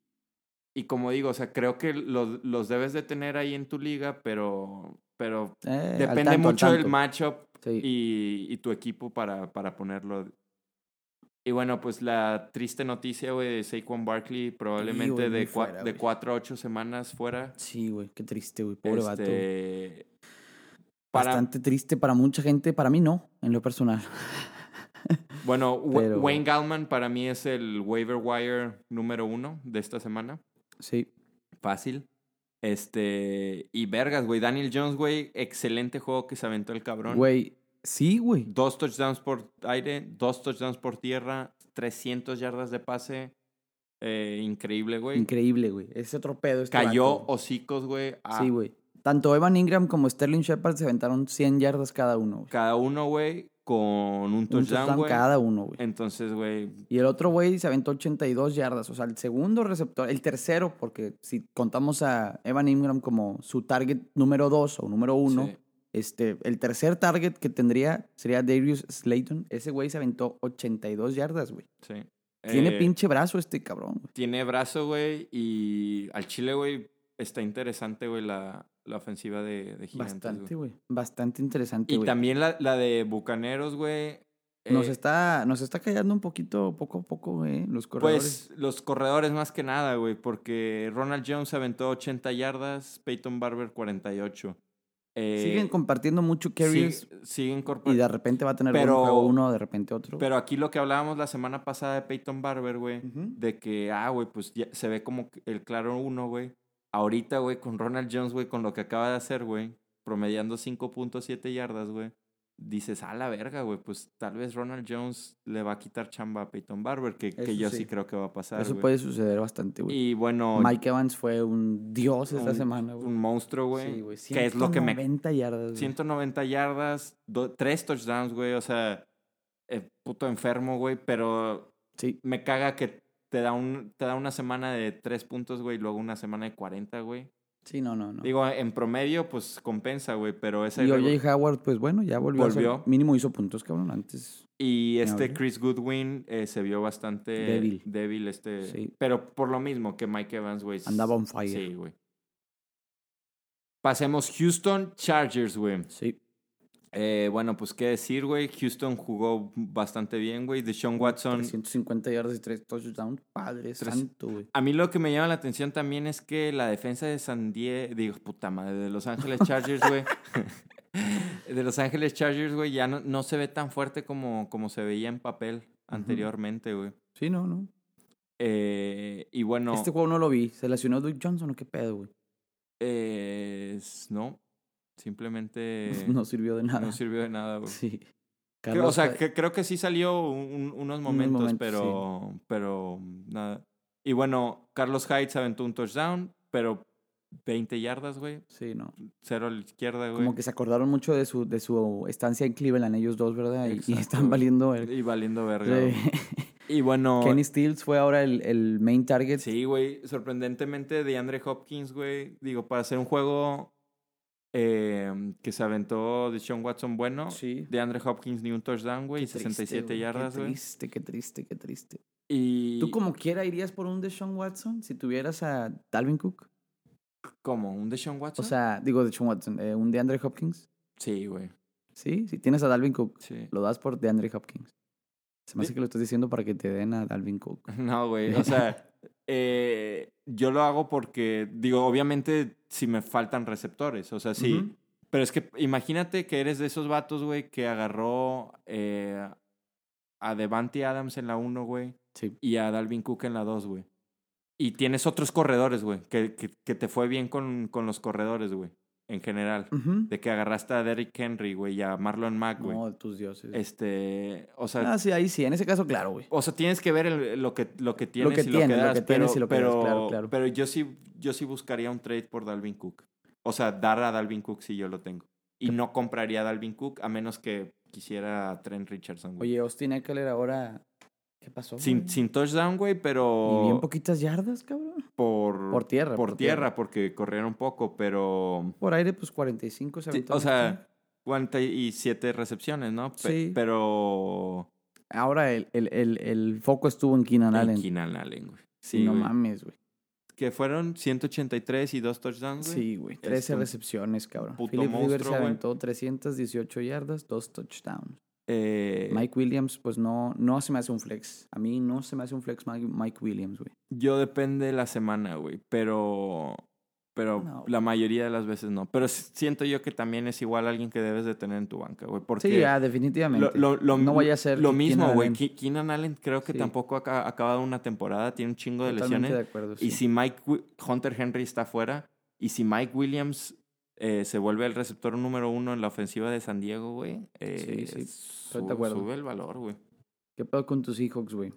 B: y como digo, o sea, creo que los, los debes de tener ahí en tu liga, pero, pero
A: Eh, al
B: depende
A: tanto, al
B: mucho del
A: tanto.
B: matchup
A: Sí.
B: y, y tu equipo para, para ponerlo. Y bueno, pues la triste noticia, güey, de Saquon Barkley, probablemente
A: muy
B: de, cua-
A: fuera,
B: de
A: güey.
B: cuatro a ocho semanas fuera.
A: Sí, güey, qué triste, güey, pobre vato. güey.
B: Este, para-
A: Bastante triste para mucha gente, para mí no, en lo personal.
B: Bueno, Wa-
A: Pero-
B: Wayne Gallman para mí es el waiver wire número uno de esta semana.
A: Sí,
B: Fácil. Este. Y vergas, güey. Daniel Jones, güey. Excelente juego que se aventó el cabrón.
A: güey, sí, güey.
B: Dos touchdowns por aire, dos touchdowns por tierra, 300 yardas de pase. Eh, increíble, güey.
A: Increíble, güey. Ese otro pedo. este
B: Cayó
A: vato, güey.
B: hocicos, güey. a
A: Sí, güey. Tanto Evan Ingram como Sterling Shepard se aventaron 100 yardas cada uno, güey.
B: Cada uno, güey, con un
A: Un
B: touchdown,
A: touchdown
B: güey.
A: cada uno, güey.
B: Entonces, güey,
A: Y el otro güey se aventó 82 yardas. O sea, el segundo receptor, el tercero, porque si contamos a Evan Ingram como su target número 2 o número 1,
B: sí.
A: este, el tercer target que tendría sería Darius Slayton. Ese güey se aventó 82 yardas, güey.
B: sí.
A: Tiene
B: Eh,
A: pinche brazo este cabrón, güey.
B: Tiene brazo, güey, y al Chile, güey, está interesante, güey, la, la ofensiva de, de Gigantes.
A: Bastante,
B: güey.
A: güey. Bastante interesante,
B: Y
A: güey.
B: también la, la de Bucaneros, güey. eh,
A: Nos, está, nos está callando un poquito, poco a poco, güey, los corredores.
B: Pues los corredores más que nada, güey, porque Ronald Jones aventó 80 yardas, Peyton Barber 48. Eh,
A: Siguen compartiendo mucho
B: sig-
A: carries
B: siguen corpo-
A: y de repente va a tener un
B: pero-
A: juego uno, de repente otro.
B: Pero aquí lo que hablábamos la semana pasada de Peyton Barber, güey,
A: Ujú.
B: de que, ah, güey, pues ya se ve como que el claro uno, güey. Ahorita, güey, con Ronald Jones, güey, con lo que acaba de hacer, güey, promediando 5.7 yardas, güey, dices, a la verga, güey, pues tal vez Ronald Jones le va a quitar chamba a Peyton Barber, que, que
A: Eso
B: yo
A: sí.
B: sí. creo que va a pasar,
A: Eso
B: güey.
A: puede suceder bastante, güey.
B: Y bueno,
A: Mike Evans fue un dios esta
B: Un-
A: semana, güey.
B: un monstruo, güey,
A: Sí, güey.
B: que es lo que me
A: 190 yardas, güey.
B: 190 yardas, do- tres touchdowns, güey, o sea, eh, puto enfermo, güey, pero
A: Sí.
B: me caga que te da, un, te da una semana de 3 puntos, güey, y luego una semana de 40, güey.
A: Sí, no, no, no.
B: Digo, en promedio, pues compensa, güey, pero ese.
A: y OJ Howard, pues bueno, ya volvió. a ser-
B: Volvió.
A: mínimo hizo puntos, cabrón, antes.
B: Y este
A: Ahora.
B: Chris Goodwin eh, se vio bastante
A: Débil.
B: débil este.
A: Sí.
B: Pero por lo mismo que Mike Evans, güey.
A: Andaba on fire.
B: Sí, güey. Pasemos Houston Chargers, güey.
A: Sí.
B: Eh, bueno, pues qué decir, güey. Houston jugó bastante bien, güey. Deshaun Watson
A: 350 yardas y 3 touchdowns. Padre
B: Tres-
A: santo, güey.
B: A mí lo que me llama la atención también es que la defensa de San Diego, digo, puta madre, de Los Ángeles Chargers, güey. de Los Ángeles Chargers, güey, ya no, no se ve tan fuerte como, como se veía en papel anteriormente, güey.
A: Sí, no, no,
B: Eh, y bueno,
A: Este juego no lo vi. ¿Se lesionó Duke Johnson o qué pedo, güey?
B: eh, es- no, simplemente
A: no sirvió de nada.
B: no sirvió de nada, güey.
A: Sí.
B: Creo-
A: Carlos
B: o sea,
A: Hyde-
B: que, creo que sí salió un- unos momentos,
A: momentos,
B: pero, pero nada. Y bueno, Carlos Hyde se aventó un touchdown, pero 20 yardas, güey.
A: Sí, no.
B: cero a la izquierda, güey.
A: Como que se acordaron mucho de su, de su estancia en Cleveland, ellos dos, ¿verdad? Y- Y,
B: Exacto,
A: están
B: güey.
A: valiendo el...
B: Y valiendo verga. güey. Y bueno,
A: Kenny Stills fue ahora el, el main target.
B: sí, güey, sorprendentemente de Andre Hopkins, güey, digo, para hacer un juego eh, que se aventó de Sean Watson bueno.
A: Sí.
B: De Andre Hopkins ni un touchdown, güey. 67
A: Triste, güey.
B: yardas,
A: Qué
B: güey.
A: triste, qué triste, qué triste.
B: Y...
A: ¿Tú como quiera irías por un Deshaun Watson si tuvieras a Dalvin Cook?
B: ¿Cómo? ¿Un Deshaun Watson?
A: O sea, digo Deshaun Watson, eh, un DeAndre Hopkins.
B: sí, güey.
A: ¿Sí? Si tienes a Dalvin Cook,
B: Sí.
A: lo das por DeAndre Hopkins. Se me
B: Sí.
A: hace que lo estás diciendo para que te den a Dalvin Cook.
B: No, güey. O sea, eh, yo lo hago porque, digo, obviamente si me faltan receptores. O sea, sí.
A: Ujú.
B: Pero es que imagínate que eres de esos vatos, güey, que agarró eh, a Devante Adams en la 1, güey,
A: Sí.
B: y a Dalvin Cook en la 2, güey. Y tienes otros corredores, güey, que, que, que te fue bien con, con los corredores, güey, en general.
A: Ujú.
B: De que agarraste a Derrick Henry, güey, y a Marlon Mack, güey.
A: No, tus dioses.
B: Este, o sea,
A: Ah, sí, ahí sí. En ese caso, claro, güey.
B: o sea, tienes que ver el- lo, que, lo que tienes
A: que
B: y lo que
A: tienes, lo
B: das.
A: que
B: pero,
A: tienes y lo que das,
B: pero,
A: claro, claro.
B: pero yo sí, yo sí buscaría un trade por Dalvin Cook. O sea, dar a Dalvin Cook si yo lo tengo. Y no compraría a Dalvin Cook a menos que quisiera a Trent Richardson, güey.
A: Oye, Austin Eckler ahora... ¿Qué pasó?
B: sin,
A: güey?
B: sin touchdown, güey,
A: Y bien
B: pero
A: poquitas yardas, cabrón.
B: por,
A: Por tierra.
B: por tierra, porque corrieron poco, pero...
A: Por aire, pues 45 se
B: sí,
A: aventó.
B: o sea, 47 recepciones, ¿no? Pe-
A: Sí.
B: Pero...
A: Ahora el, el, el, el foco estuvo en Keenan
B: en
A: Allen.
B: Keenan Allen, güey. Sí,
A: no
B: güey.
A: mames, güey.
B: Que fueron 183 y dos touchdowns, güey.
A: Sí, güey. 13
B: un
A: recepciones, cabrón.
B: puto
A: Philip Rivers
B: monstruo,
A: se
B: güey.
A: aventó 318 yardas, dos touchdowns.
B: Eh,
A: Mike Williams, pues no, no se me hace un flex. A mí no se me hace un flex Mike, Mike Williams, güey.
B: Yo depende de la semana, güey, pero pero
A: No.
B: la mayoría de las veces no. Pero s- siento yo que también es igual alguien que debes de tener en tu banca, güey, porque
A: Sí, ah,
B: lo,
A: definitivamente.
B: lo- lo-
A: no vaya a ser
B: lo
A: que
B: mismo,
A: Keenan
B: güey.
A: Allen-
B: Ke- Keenan Allen creo que
A: Sí.
B: tampoco ha ca- ha acabado una temporada, tiene un chingo de
A: Totalmente de
B: lesiones.
A: acuerdo.
B: Y si Mike Wi- Hunter Henry está fuera y si Mike Williams eh, se vuelve el receptor número uno en la ofensiva de San Diego, güey, eh,
A: Sí, sí,
B: su-
A: de acuerdo.
B: sube el valor, güey.
A: ¿Qué pedo con tus Seahawks, güey?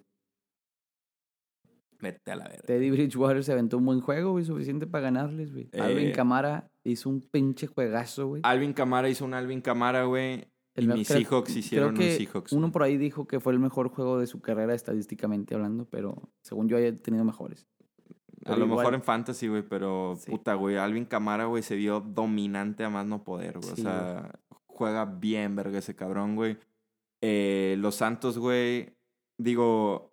B: Vete a la verga.
A: Teddy Bridgewater se aventó un buen juego, güey, suficiente para ganarles, güey.
B: Eh.
A: Alvin Camara hizo un pinche juegazo, güey.
B: Alvin Camara hizo un Alvin Camara, güey.
A: El
B: y
A: mejor-
B: mis
A: creo-
B: Seahawks hicieron
A: creo
B: un
A: que
B: Seahawks.
A: Uno por ahí dijo que fue el mejor juego de su carrera estadísticamente hablando, pero según yo he tenido mejores.
B: A
A: pero
B: lo
A: igual.
B: mejor en fantasy, güey, pero
A: Sí.
B: puta, güey. Alvin Camara, güey, se vio dominante a más no poder, güey.
A: Sí,
B: o sea, juega bien, verga, ese cabrón, güey. Eh, los Santos, güey, digo.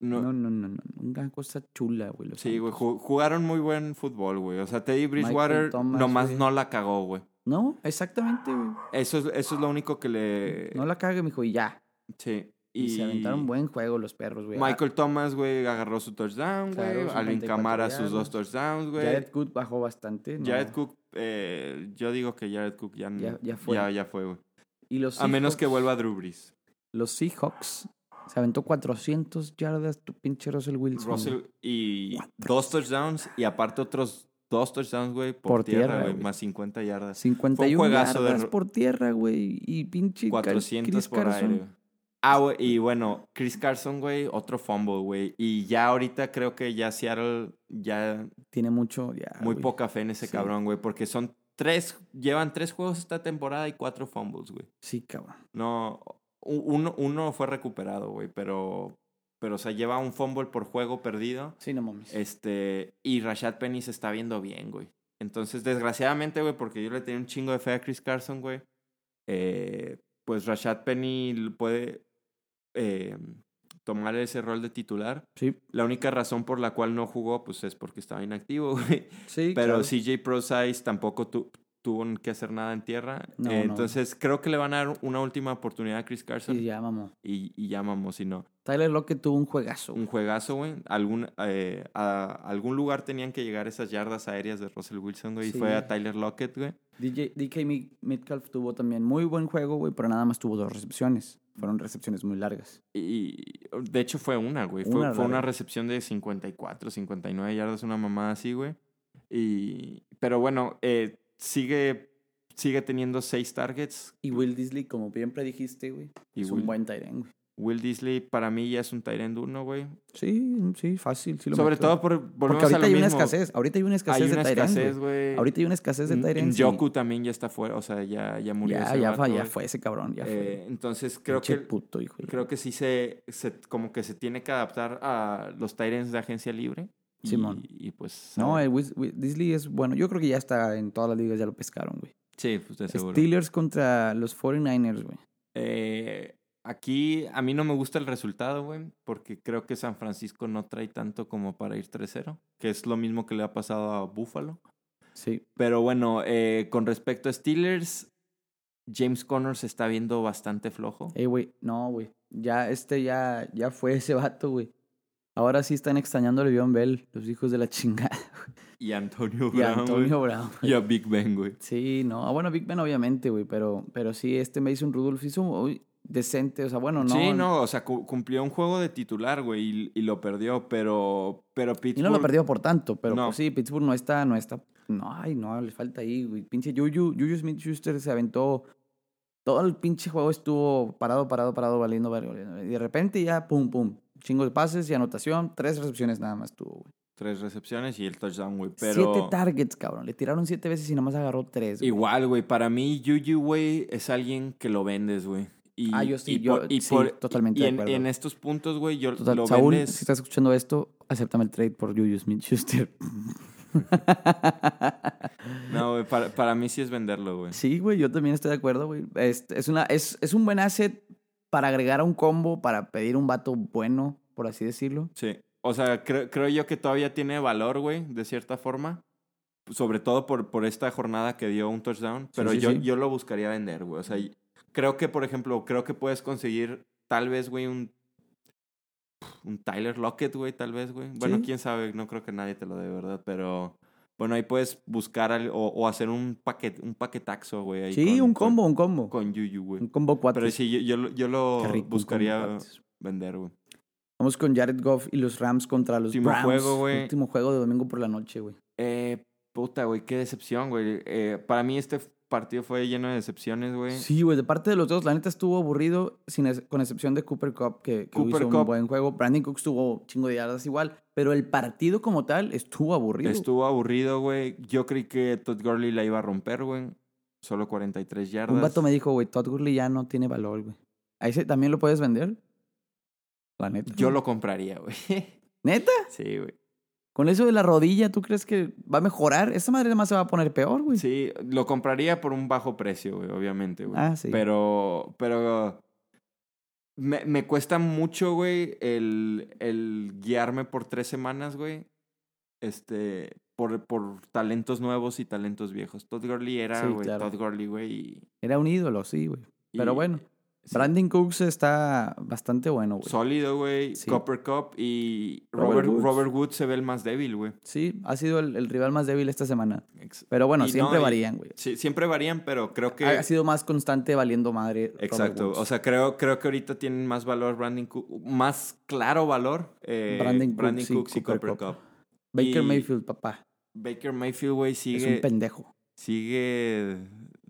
B: No,
A: No, no, no, no, no, una cosa chula, güey. los
B: sí, güey,
A: Santos.
B: ju- jugaron muy buen fútbol, güey. O sea, Teddy Bridgewater
A: Thomas,
B: nomás
A: güey.
B: no la cagó, güey.
A: No, exactamente, güey.
B: Eso es, eso es lo único que le.
A: No la cague, mijo, y ya.
B: Sí.
A: Y, se aventaron buen juego los perros, güey.
B: Michael Thomas, güey, agarró su touchdown, güey.
A: Claro, sus
B: Alvin
A: 94
B: Camara sus
A: yardas.
B: dos touchdowns,
A: Ah,
B: güey.
A: Jared
B: Jared,
A: Good bajó bastante. ¿no?
B: Cook, eh, yo digo que Jared Cook ya, n-
A: Ya- ya fue.
B: Ya, ya fue, güey.
A: Y los
B: A menos que
A: Seahawks-
B: vuelva Drew Brees.
A: Los Seahawks se aventó 400 yardas, tu pinche Russell Wilson. güey.
B: Russell y dos touchdowns y aparte otros dos touchdowns, güey, por,
A: Por tierra,
B: tierra, güey.
A: güey.
B: Más 50 yardas.
A: 51
B: juegazo de
A: yardas
B: Ru-
A: por tierra, güey. Y pinche Car-
B: 400
A: Chris
B: por
A: Carson.
B: aire. güey. Ah, güey, y bueno, Chris Carson, güey, otro fumble, güey. Y ya ahorita creo que ya Seattle ya
A: Tiene mucho, ya.
B: Muy
A: Ah, güey.
B: poca fe en ese
A: Sí.
B: cabrón, güey, porque son tres, llevan tres juegos esta temporada y cuatro fumbles, güey.
A: Sí, cabrón.
B: No, u- uno, uno fue recuperado, güey, pero, pero, o sea, lleva un fumble por juego perdido.
A: Sí, no mames.
B: Este, y Rashad Penny se está viendo bien, güey. Entonces, desgraciadamente, güey, porque yo le tenía un chingo de fe a Chris Carson, güey, eh, pues Rashad Penny puede eh, tomar ese rol de titular.
A: Sí,
B: La única razón por la cual no jugó, pues es porque estaba inactivo, güey.
A: sí.
B: Pero
A: claro.
B: CJ ProSize tampoco tu- tuvo que hacer nada en tierra.
A: No,
B: Eh,
A: no.
B: entonces creo que le van a dar una última oportunidad a Chris Carson.
A: Y ya, mamó.
B: Y, y llamamos, si no.
A: Tyler Lockett tuvo un juegazo.
B: Un juegazo, güey. Algún, eh, a algún lugar tenían que llegar esas yardas aéreas de Russell Wilson, güey. Y
A: Sí.
B: fue a Tyler Lockett, güey.
A: DJ, DK Mi- Metcalf tuvo también muy buen juego, güey, pero nada más tuvo dos recepciones. Fueron recepciones muy largas.
B: Y de hecho fue una, güey. Fue fue
A: Una,
B: una,
A: la verdad.
B: recepción de 54, 59 yardas, una mamada así, güey. Y, pero bueno, eh, sigue, sigue teniendo seis targets.
A: Y Will Disley, como bien predijiste, güey,
B: Y
A: es
B: Will-
A: un buen tight end, güey.
B: Will Disley para mí ya es un Tyrend 1, güey.
A: Sí, sí, fácil. Sí lo
B: Sobre
A: meto.
B: todo por, volvemos
A: Porque
B: a
A: ahorita
B: lo
A: hay una
B: mismo.
A: escasez. Ahorita hay una escasez
B: Hay
A: de
B: una
A: tight end,
B: escasez,
A: güey.
B: güey. Mm,
A: Ahorita hay una escasez de tight end. sí.
B: Yoku también ya está fuera, o sea, ya, ya murió.
A: Ya,
B: ese
A: ya,
B: vato,
A: fa- ya
B: güey.
A: fue ese cabrón. Ya fue.
B: Eh, entonces creo
A: Pinche
B: que,
A: puto, hijo. de-
B: creo que sí se, se- como que se tiene que adaptar a los Tyrens de agencia libre. Y,
A: Simón.
B: Y pues.
A: No,
B: ah,
A: el Wis- Wi- Disley es bueno. Yo creo que ya está en todas las ligas, ya lo pescaron, güey.
B: Sí, pues de seguro.
A: Steelers contra los 49ers, güey.
B: Eh, aquí a mí no me gusta el resultado, güey, porque creo que San Francisco no trae tanto como para ir 3-0, que es lo mismo que le ha pasado a Buffalo.
A: Sí.
B: Pero bueno, eh, con respecto a Steelers, James Conner se está viendo bastante flojo.
A: Ey, güey, no, güey. Ya, este ya, ya fue ese vato, güey. Ahora sí están extrañando a Le'Veon Bell, los hijos de la chingada.
B: Y Antonio
A: Y a
B: Brown. güey.
A: Antonio Brown. güey.
B: Y a Big Ben, güey.
A: Sí, no. Ah, bueno, Big Ben obviamente, güey, pero, pero sí, este Mason Rudolph hizo uy, decente, o sea, bueno, no.
B: sí, no, o sea, cu- cumplió un juego de titular, güey, y, y lo perdió, pero, pero
A: Y
B: Pittsburgh...
A: no lo perdió por tanto, pero
B: No.
A: pues sí, Pittsburgh no está, no está. No, ay, no, le falta ahí, güey. Pinche Juju, Juju Smith Schuster se aventó. Todo el pinche juego estuvo parado, parado, parado, valiendo, verga, valiendo. verga. Y de repente ya, pum, pum. Chingo de pases y anotación. Tres recepciones nada más tuvo, güey.
B: Tres recepciones y el touchdown, güey,
A: Siete
B: pero...
A: targets, cabrón. Le tiraron siete veces y nada más agarró tres. güey.
B: Igual, güey, para mí Juju, güey, es alguien que lo vendes, güey. Y,
A: Ah, yo sí,
B: y
A: yo-
B: por- y
A: sí,
B: por-
A: totalmente
B: Y
A: de
B: en,
A: acuerdo.
B: en estos puntos, güey, yo
A: Total,
B: lo
A: Saúl,
B: vendes...
A: si estás escuchando esto, acéptame el trade por Juju Smith Schuster.
B: No, güey, para, para mí sí es venderlo, güey.
A: Sí, güey, yo también estoy de acuerdo, güey. Es, es una, es, es un buen asset para agregar a un combo, para pedir un vato bueno, por así decirlo.
B: Sí. O sea, creo, creo yo que todavía tiene valor, güey, de cierta forma. Sobre todo por, por esta jornada que dio un touchdown. Pero
A: sí,
B: yo,
A: sí.
B: yo lo buscaría vender, güey. O sea, y- creo que, por ejemplo, creo que puedes conseguir tal vez, güey, un, un Tyler Lockett, güey, tal vez, güey. Bueno,
A: Sí.
B: quién sabe, no creo que nadie te lo dé, ¿verdad? Pero bueno, ahí puedes buscar al- o, o hacer un, paquet, un paquetaxo, güey. ahí
A: Sí,
B: con-
A: un combo, un combo.
B: Con, con Yuyu, güey.
A: un combo cuatro.
B: Pero sí, yo, yo, lo- yo
A: Qué
B: lo
A: rico, un combo
B: buscaría
A: cuates.
B: vender, güey.
A: Vamos con Jared Goff y los Rams contra los
B: Último
A: Browns.
B: juego, güey.
A: Último juego de domingo por la noche, güey.
B: Eh, puta, güey, qué decepción, güey. Eh, para mí este partido fue lleno de decepciones, güey.
A: Sí, güey, de parte de los dos, la neta estuvo aburrido, sin ex- con excepción de Cooper Cup, que, que
B: Cooper
A: hizo un
B: Kupp.
A: buen juego. Brandon Cooks tuvo chingo de yardas igual, pero el partido como tal estuvo aburrido.
B: Estuvo aburrido, güey. Yo creí que Todd Gurley la iba a romper, güey. Solo 43 yardas.
A: Un vato me dijo, güey, Todd Gurley ya no tiene valor, güey. ¿A ese también lo puedes vender? La neta.
B: Yo lo compraría, güey.
A: ¿Neta?
B: sí, güey.
A: Con eso de la rodilla, ¿tú crees que va a mejorar? Esa madre además se va a poner peor, güey.
B: Sí, lo compraría por un bajo precio, güey, obviamente, güey.
A: Ah, sí.
B: Pero, pero... Me, me cuesta mucho, güey, el, el guiarme por tres semanas, güey. Este, por, por talentos nuevos y talentos viejos. Todd Gurley era,
A: Sí,
B: güey,
A: claro.
B: Todd Gurley, güey. y-
A: Era un ídolo, sí, güey.
B: y
A: Pero bueno,
B: sí.
A: Brandon Cooks está bastante bueno, güey.
B: Sólido, güey.
A: Sí.
B: Copper Cup y
A: Robert
B: Robert, Robert
A: Woods.
B: Woods. se ve el más débil, güey.
A: Sí, ha sido el, el rival más débil esta semana.
B: Ex-
A: Pero bueno,
B: Y no,
A: siempre
B: y-
A: varían, güey.
B: Sí, siempre varían, pero creo que...
A: Ha sido más constante valiendo madre. Ah, Robert
B: Exacto.
A: Woods.
B: O sea, creo, creo que ahorita tienen más valor Brandon Cook, más claro valor eh,
A: Brandon Cook,
B: Brandon
A: sí,
B: Cooks y
A: Cooper
B: Copper
A: Cup.
B: Cup.
A: Baker
B: y-
A: Mayfield, papá.
B: Baker Mayfield, güey,
A: Es un
B: sigue, pues
A: pendejo.
B: sigue,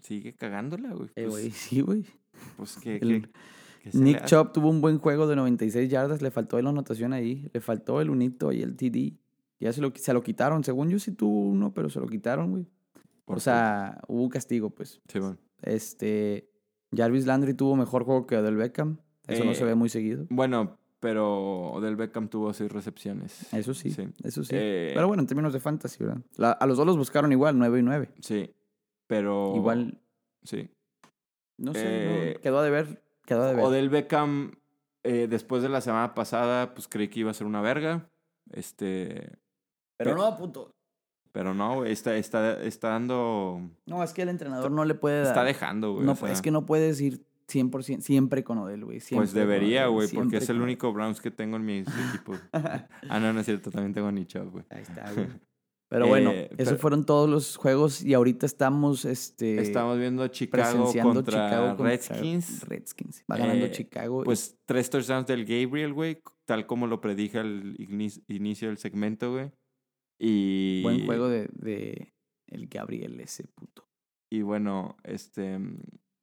B: sigue cagándola, güey.
A: Eh,
B: Pues-
A: güey, sí, güey.
B: Pues que...
A: El-
B: que- que se le
A: Nick
B: hace.
A: Chubb tuvo un buen juego de 96 yardas, le faltó la anotación ahí, le faltó el unito y el TD. Ya se lo, qui- se lo quitaron, según yo sí tuvo uno, pero se lo quitaron, güey.
B: Por
A: O sea, hubo un castigo, pues.
B: sí, bueno.
A: Este, Jarvis Landry tuvo mejor juego que Odell Beckham. Eso no
B: Eh,
A: se ve muy seguido.
B: Bueno, pero Odell Beckham tuvo seis recepciones.
A: Eso sí,
B: Sí.
A: eso sí.
B: Eh,
A: pero bueno, en términos de fantasy, ¿verdad? La- a los dos los buscaron igual, 9 y 9.
B: Sí. Pero...
A: Igual,
B: Sí.
A: no sé,
B: Oh, Eh,
A: no, quedó a deber, quedó a deber.
B: Odell Beckham, eh, después de la semana pasada, pues creí que iba a ser una verga. Este...
A: pero no, puto.
B: Pero no, güey, está, está, está dando.
A: No, es que el entrenador no le puede dar.
B: Está dejando, güey.
A: No,
B: o sea,
A: es que no puedes ir 100% siempre con Odell, güey. siempre
B: Pues
A: con
B: debería,
A: Odell,
B: güey, porque
A: siempre
B: es el
A: con
B: único Browns que tengo en mis equipos.
A: Odell.
B: Ah, no, no es cierto, también tengo a Nick Chubb, güey.
A: Ahí está, güey. Pero bueno,
B: Eh,
A: esos
B: pero-
A: fueron todos los juegos y ahorita estamos este,
B: Estamos viendo Chicago
A: presenciando
B: contra
A: Chicago contra
B: Redskins.
A: Redskins. Va ganando
B: Eh,
A: Chicago.
B: Pues tres touchdowns del Gabriel, güey, tal como lo predije al ignis- inicio del segmento, güey. Y.
A: Buen juego de, de el Gabriel, ese puto.
B: Y bueno, este.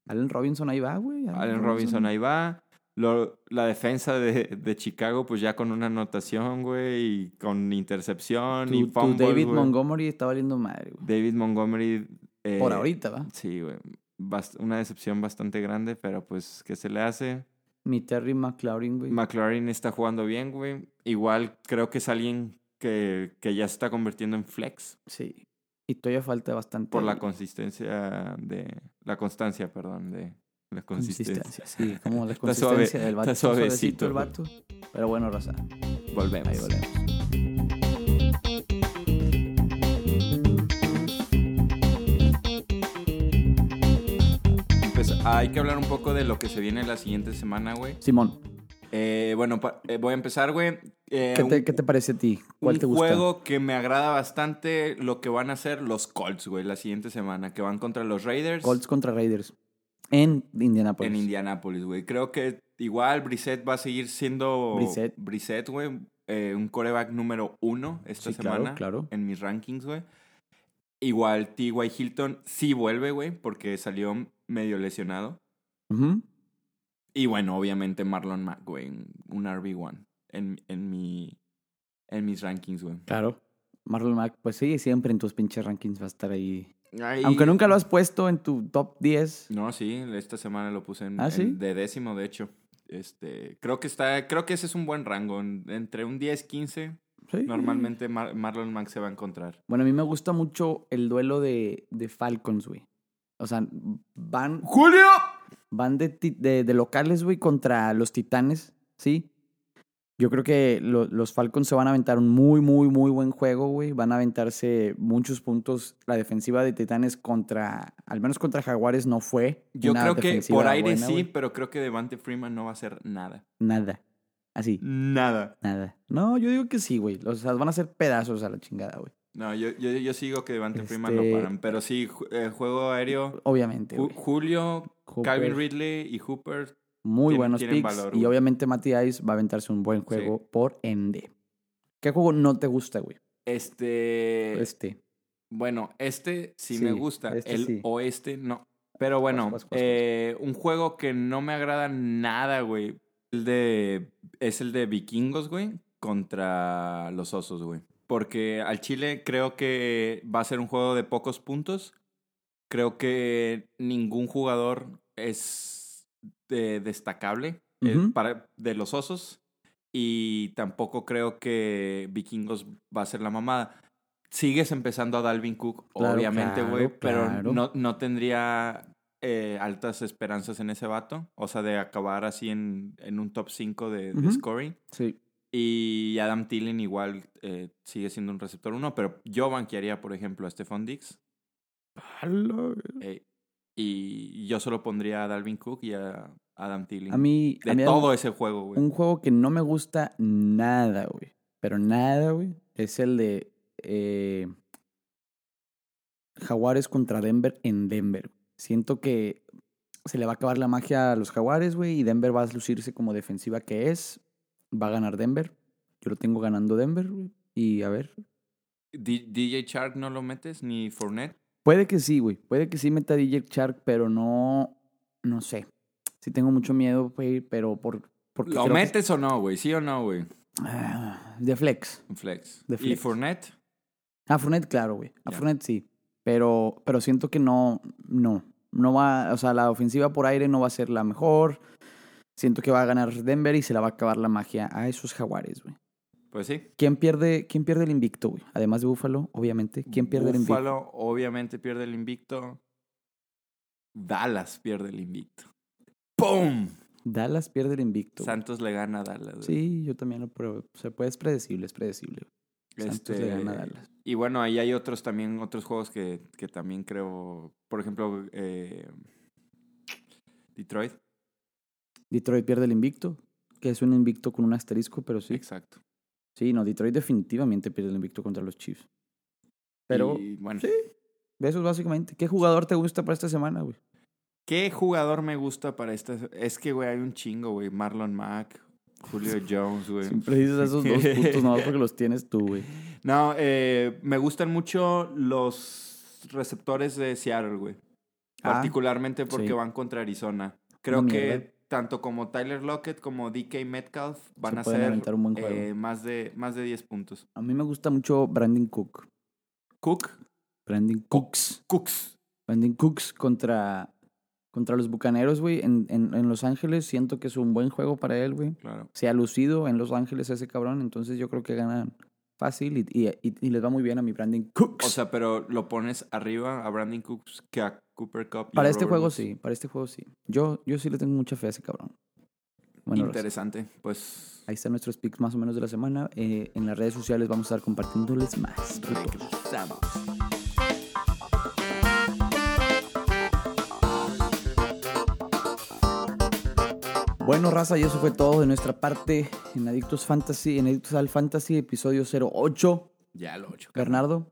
A: Allen Robinson ahí va, güey.
B: Allen Robinson ahí va. Lo- la defensa de, de Chicago, pues ya con una anotación, güey, y con intercepción
A: Tu,
B: y
A: tu
B: fumble,
A: David
B: güey.
A: Montgomery está valiendo madre, güey.
B: David Montgomery. eh,
A: Por ahorita, va.
B: Sí, güey. Bast- una decepción bastante grande, pero pues, ¿qué se le hace?
A: Mi Terry McLaurin, güey.
B: McLaren está jugando bien, güey. Igual creo que es alguien que, que ya se está convirtiendo en flex
A: Sí. Y todavía falta bastante.
B: por la consistencia de... La constancia, perdón, de la consistencia.
A: consistencia. Sí, como la
B: Está suave,
A: consistencia del vato.
B: está suavecito,
A: el
B: güey.
A: vato. Pero bueno, raza.
B: Volvemos.
A: Ahí volvemos.
B: Pues hay que hablar un poco de lo que se viene la siguiente semana, güey.
A: Simón,
B: Eh, bueno, pa- eh, voy a empezar, güey. Eh,
A: ¿qué te,
B: un-
A: qué te parece a ti? ¿Cuál
B: un
A: te gusta?
B: juego que me agrada bastante lo que van a hacer los Colts, güey, la siguiente semana, que van contra los Raiders
A: Colts contra Raiders. En Indianapolis.
B: en Indianapolis, güey. Creo que igual Brissett va a seguir siendo
A: Brissett.
B: Brissett, güey, eh, un coreback número uno esta
A: Sí, claro,
B: semana
A: claro.
B: en mis rankings, güey. Igual T.Y. Hilton sí vuelve, güey, porque salió medio lesionado.
A: Ujú.
B: Y bueno, obviamente Marlon Mack, güey, un RB1 en, en, mi, en mis rankings, güey.
A: Claro. Marlon Mack, pues sí, siempre en tus pinches rankings va a estar ahí.
B: Ay.
A: Aunque nunca lo has puesto en tu top 10.
B: No, sí, esta semana lo puse en,
A: ¿Ah,
B: en-
A: sí?
B: de décimo, de hecho. Este, creo que está, creo que ese es un buen rango. en- Entre un 10, 15,
A: Sí.
B: normalmente Mar- Marlon Mack se va a encontrar.
A: Bueno, a mí me gusta mucho el duelo de, de Falcons, güey. O sea, van,
B: ¡Julio!
A: van de, ti- de, de locales, güey, contra los Titanes, ¿sí? Yo creo que lo- los Falcons se van a aventar un muy, muy, muy buen juego, güey. Van a aventarse muchos puntos. La defensiva de Titanes contra, al menos contra Jaguares, no fue.
B: Yo
A: una
B: creo que
A: defensiva
B: por aire
A: buena,
B: sí,
A: güey.
B: pero creo que Devante Freeman no va a hacer nada.
A: Nada. Así,
B: Nada.
A: nada. No, yo digo que sí, güey. O sea, van a ser pedazos a la chingada, güey.
B: No, yo, yo, yo sigo que Devante Freeman lo
A: Este-
B: paran. Pero sí, ju- eh, juego aéreo.
A: Obviamente,
B: Ju-
A: güey.
B: Julio,
A: Hooper,
B: Calvin Ridley y Hooper.
A: Muy
B: tienen-
A: buenos
B: tienen
A: picks.
B: valor,
A: y
B: güey.
A: obviamente Matty Ice va a aventarse un buen juego por ende. ¿Qué juego no te gusta, güey?
B: Este.
A: Este.
B: Bueno, este sí, me
A: Sí,
B: gusta.
A: este
B: el
A: sí.
B: oeste no. Pero bueno,
A: Vas, vas, vas,
B: eh, un juego que no me agrada nada, güey. El de. Es el de vikingos, güey. Contra los osos, güey. Porque al Chile creo que va a ser un juego de pocos puntos. Creo que ningún jugador es eh, destacable eh,
A: Ujú.
B: para, de los osos. Y tampoco creo que Vikingos va a ser la mamada. Sigues empezando a Dalvin Cook,
A: Claro,
B: obviamente, güey,
A: claro,
B: pero
A: claro.
B: No, no tendría eh, altas esperanzas en ese vato. O sea, de acabar así en, en un top 5 de, de
A: Ujú.
B: scoring.
A: Sí.
B: Y Adam Thielen igual eh, sigue siendo un receptor uno, pero yo banquearía, por ejemplo, a Stephon Dix. eh, y yo solo pondría a Dalvin Cook y a Adam Thielen.
A: A mí,
B: de
A: a mí
B: todo ese juego, güey.
A: un, un juego que no me gusta nada, güey. Pero nada, güey. Es el de eh, Jaguares contra Denver en Denver. Siento que se le va a acabar la magia a los Jaguares, güey. Y Denver va a lucirse como defensiva que es. Va a ganar Denver. Yo lo tengo ganando Denver, güey. Y a ver.
B: D- DJ Shark no lo metes, ni Fournette.
A: Puede que sí, güey. Puede que sí meta DJ Shark, pero no. No sé. Sí tengo mucho miedo, güey. Pero por. Porque
B: ¿Lo
A: creo que-
B: metes o no, güey? ¿Sí o no, güey?
A: Ah, de flex.
B: Un Flex.
A: De
B: ¿Y
A: flex.
B: Fournette?
A: A Fournette, claro, güey. A
B: Ya.
A: Fournette sí. Pero, pero siento que no, no. No va, o sea, la ofensiva por aire no va a ser la mejor. Siento que va a ganar Denver y se la va a acabar la magia a esos jaguares, güey.
B: Pues sí.
A: ¿Quién pierde, ¿Quién pierde el invicto, güey? Además de Búfalo, obviamente. ¿Quién pierde el invicto?
B: Buffalo, obviamente pierde el invicto. Dallas pierde el invicto. ¡Pum!
A: Dallas pierde el invicto. güey.
B: Santos le gana a Dallas. güey.
A: Sí, yo también lo pruebo. O sea, pues es predecible, es predecible. güey. Santos le
B: Este,
A: gana a Dallas.
B: Y bueno, ahí hay otros también, otros juegos que, que también creo. Por ejemplo, eh, Detroit.
A: Detroit pierde el invicto, que es un invicto con un asterisco, pero sí.
B: Exacto.
A: Sí, no, Detroit definitivamente pierde el invicto contra los Chiefs. Pero...
B: Y, bueno,
A: Sí. Eso es básicamente. ¿Qué jugador te gusta para esta semana, güey?
B: ¿Qué jugador me gusta para esta? Es que, güey, hay un chingo, güey. Marlon Mack, Julio Jones, güey.
A: Siempre dices esos dos puntos nomás porque los tienes tú, güey.
B: No, eh, me gustan mucho los receptores de Seattle, güey.
A: Ah,
B: Particularmente porque
A: sí.
B: van contra Arizona. Creo
A: Una mierda.
B: que tanto como Tyler Lockett como DK Metcalf van
A: Se
B: a
A: pueden
B: ser
A: aventar un buen juego.
B: eh, más, de, más de 10 puntos.
A: A mí me gusta mucho Brandon Cook.
B: Cook.
A: Brandon Cooks.
B: Cooks.
A: Brandon Cooks contra, contra los Bucaneros, güey, en, en, en Los Ángeles. Siento que es un buen juego para él, güey.
B: Claro.
A: Se ha lucido en Los Ángeles ese cabrón, entonces yo creo que ganan fácil y, y- y- y les va muy bien a mi Brandon Cooks.
B: O sea, pero lo pones arriba a Brandon Cooks que a Cooper Cup.
A: para este juego sí, para este juego sí. Yo, yo sí le tengo mucha fe a ese cabrón. Bueno, Raza,
B: Interesante. Pues.
A: ahí están nuestros picks más o menos de la semana. Eh, en las redes sociales vamos a estar compartiéndoles más.
B: regresamos.
A: Bueno, raza, y eso fue todo de nuestra parte en Adictos Fantasy, en Adictos al Fantasy, episodio 08.
B: Ya lo ocho.
A: Bernardo,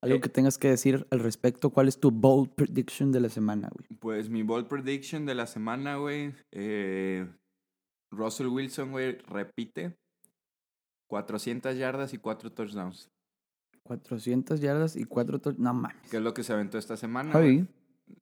A: algo
B: Eh.
A: que tengas que decir al respecto. ¿Cuál es tu bold prediction de la semana, güey?
B: Pues mi bold prediction de la semana, güey. eh, Russell Wilson, güey, repite. 400 yardas y 4 touchdowns.
A: 400 yardas y 4 No mames.
B: Que es lo que se aventó esta semana. güey.
A: Javi,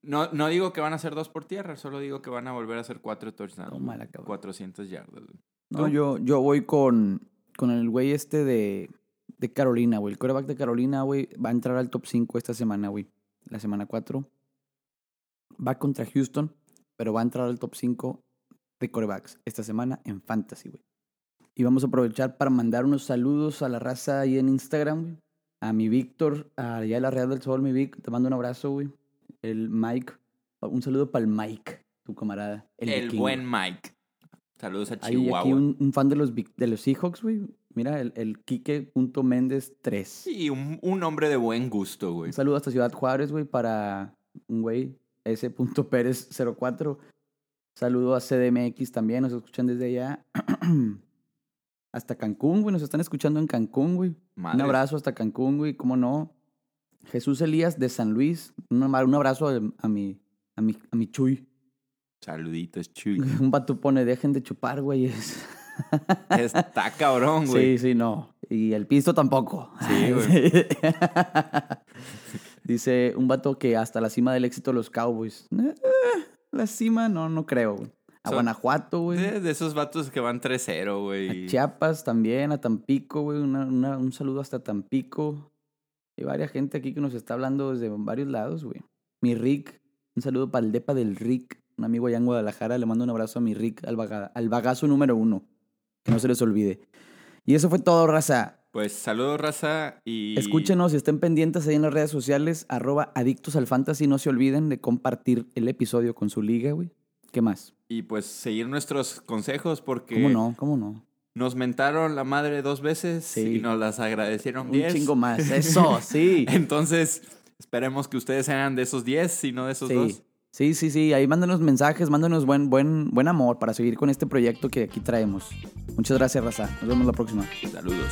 B: No, no digo que van a ser dos por tierra, solo digo que van a volver a hacer cuatro touchdowns.
A: toma la cabrón.
B: 400 yardas. güey.
A: No,
B: ¿Tú?
A: yo, yo voy con, con el güey este de, de Carolina, güey. El quarterback de Carolina, güey, va a entrar al top 5 esta semana, güey. La semana 4. Va contra Houston, pero va a entrar al top 5 de quarterbacks esta semana en Fantasy, güey. Y vamos a aprovechar para mandar unos saludos a la raza ahí en Instagram, güey. A mi Víctor, allá de la Real del Sol, mi Vic. Te mando un abrazo, güey. El Mike. Un saludo para el Mike, tu camarada.
B: El,
A: vikingo.
B: buen Mike. Saludos a
A: Hay
B: Chihuahua.
A: aquí un, un fan de los, Vic- de los Seahawks, güey. Mira, el, el Quique.Méndez 3.
B: Sí, un, un hombre de buen gusto, güey.
A: Un saludo hasta Ciudad Juárez, güey, para un güey, S.Pérez04. Saludo a CDMX también, nos escuchan desde allá. hasta Cancún, güey, nos están escuchando en Cancún, güey. Un
B: Madres.
A: abrazo hasta Cancún, güey, cómo no. Jesús Elías de San Luis, un ama- un abrazo a, a mi, a, mi, a mi Chuy.
B: Saluditos, Chuy.
A: Un vato pone, dejen de chupar, güey. es-
B: Está cabrón, güey.
A: Sí, sí, no. Y el pisto tampoco.
B: Sí, güey.
A: Dice un vato que hasta la cima del éxito de los Cowboys. Eh, la cima, no, no creo. güey. A
B: Son- Eh,
A: Guanajuato, güey.
B: De, de esos vatos que van 3-0,
A: A
B: güey.
A: Chiapas también, a Tampico, güey. Una- una- un saludo hasta Tampico. Hay varias gente aquí que nos está hablando desde varios lados, güey. Mi Rick, un saludo para el depa del Rick, un amigo allá en Guadalajara. Le mando un abrazo a mi Rick, al, baga- al bagazo número uno. Que no se les olvide. Y eso fue todo, raza.
B: Pues saludos, raza. Y
A: Escúchenos y estén pendientes ahí en las redes sociales, arroba adictos al fantasy. No se olviden de compartir el episodio con su liga, güey. ¿Qué más?
B: Y pues seguir nuestros consejos porque
A: ¿Cómo no? ¿Cómo no?
B: nos mentaron la madre dos veces
A: Sí.
B: y nos las agradecieron
A: Un
B: 10.
A: chingo más. Eso, sí.
B: Entonces, esperemos que ustedes sean de esos 10 y no de esos
A: Sí.
B: dos.
A: Sí, sí, sí. Ahí mándanos mensajes, mándanos buen, buen, buen amor para seguir con este proyecto que aquí traemos. Muchas gracias, Raza. Nos vemos la próxima.
B: Saludos.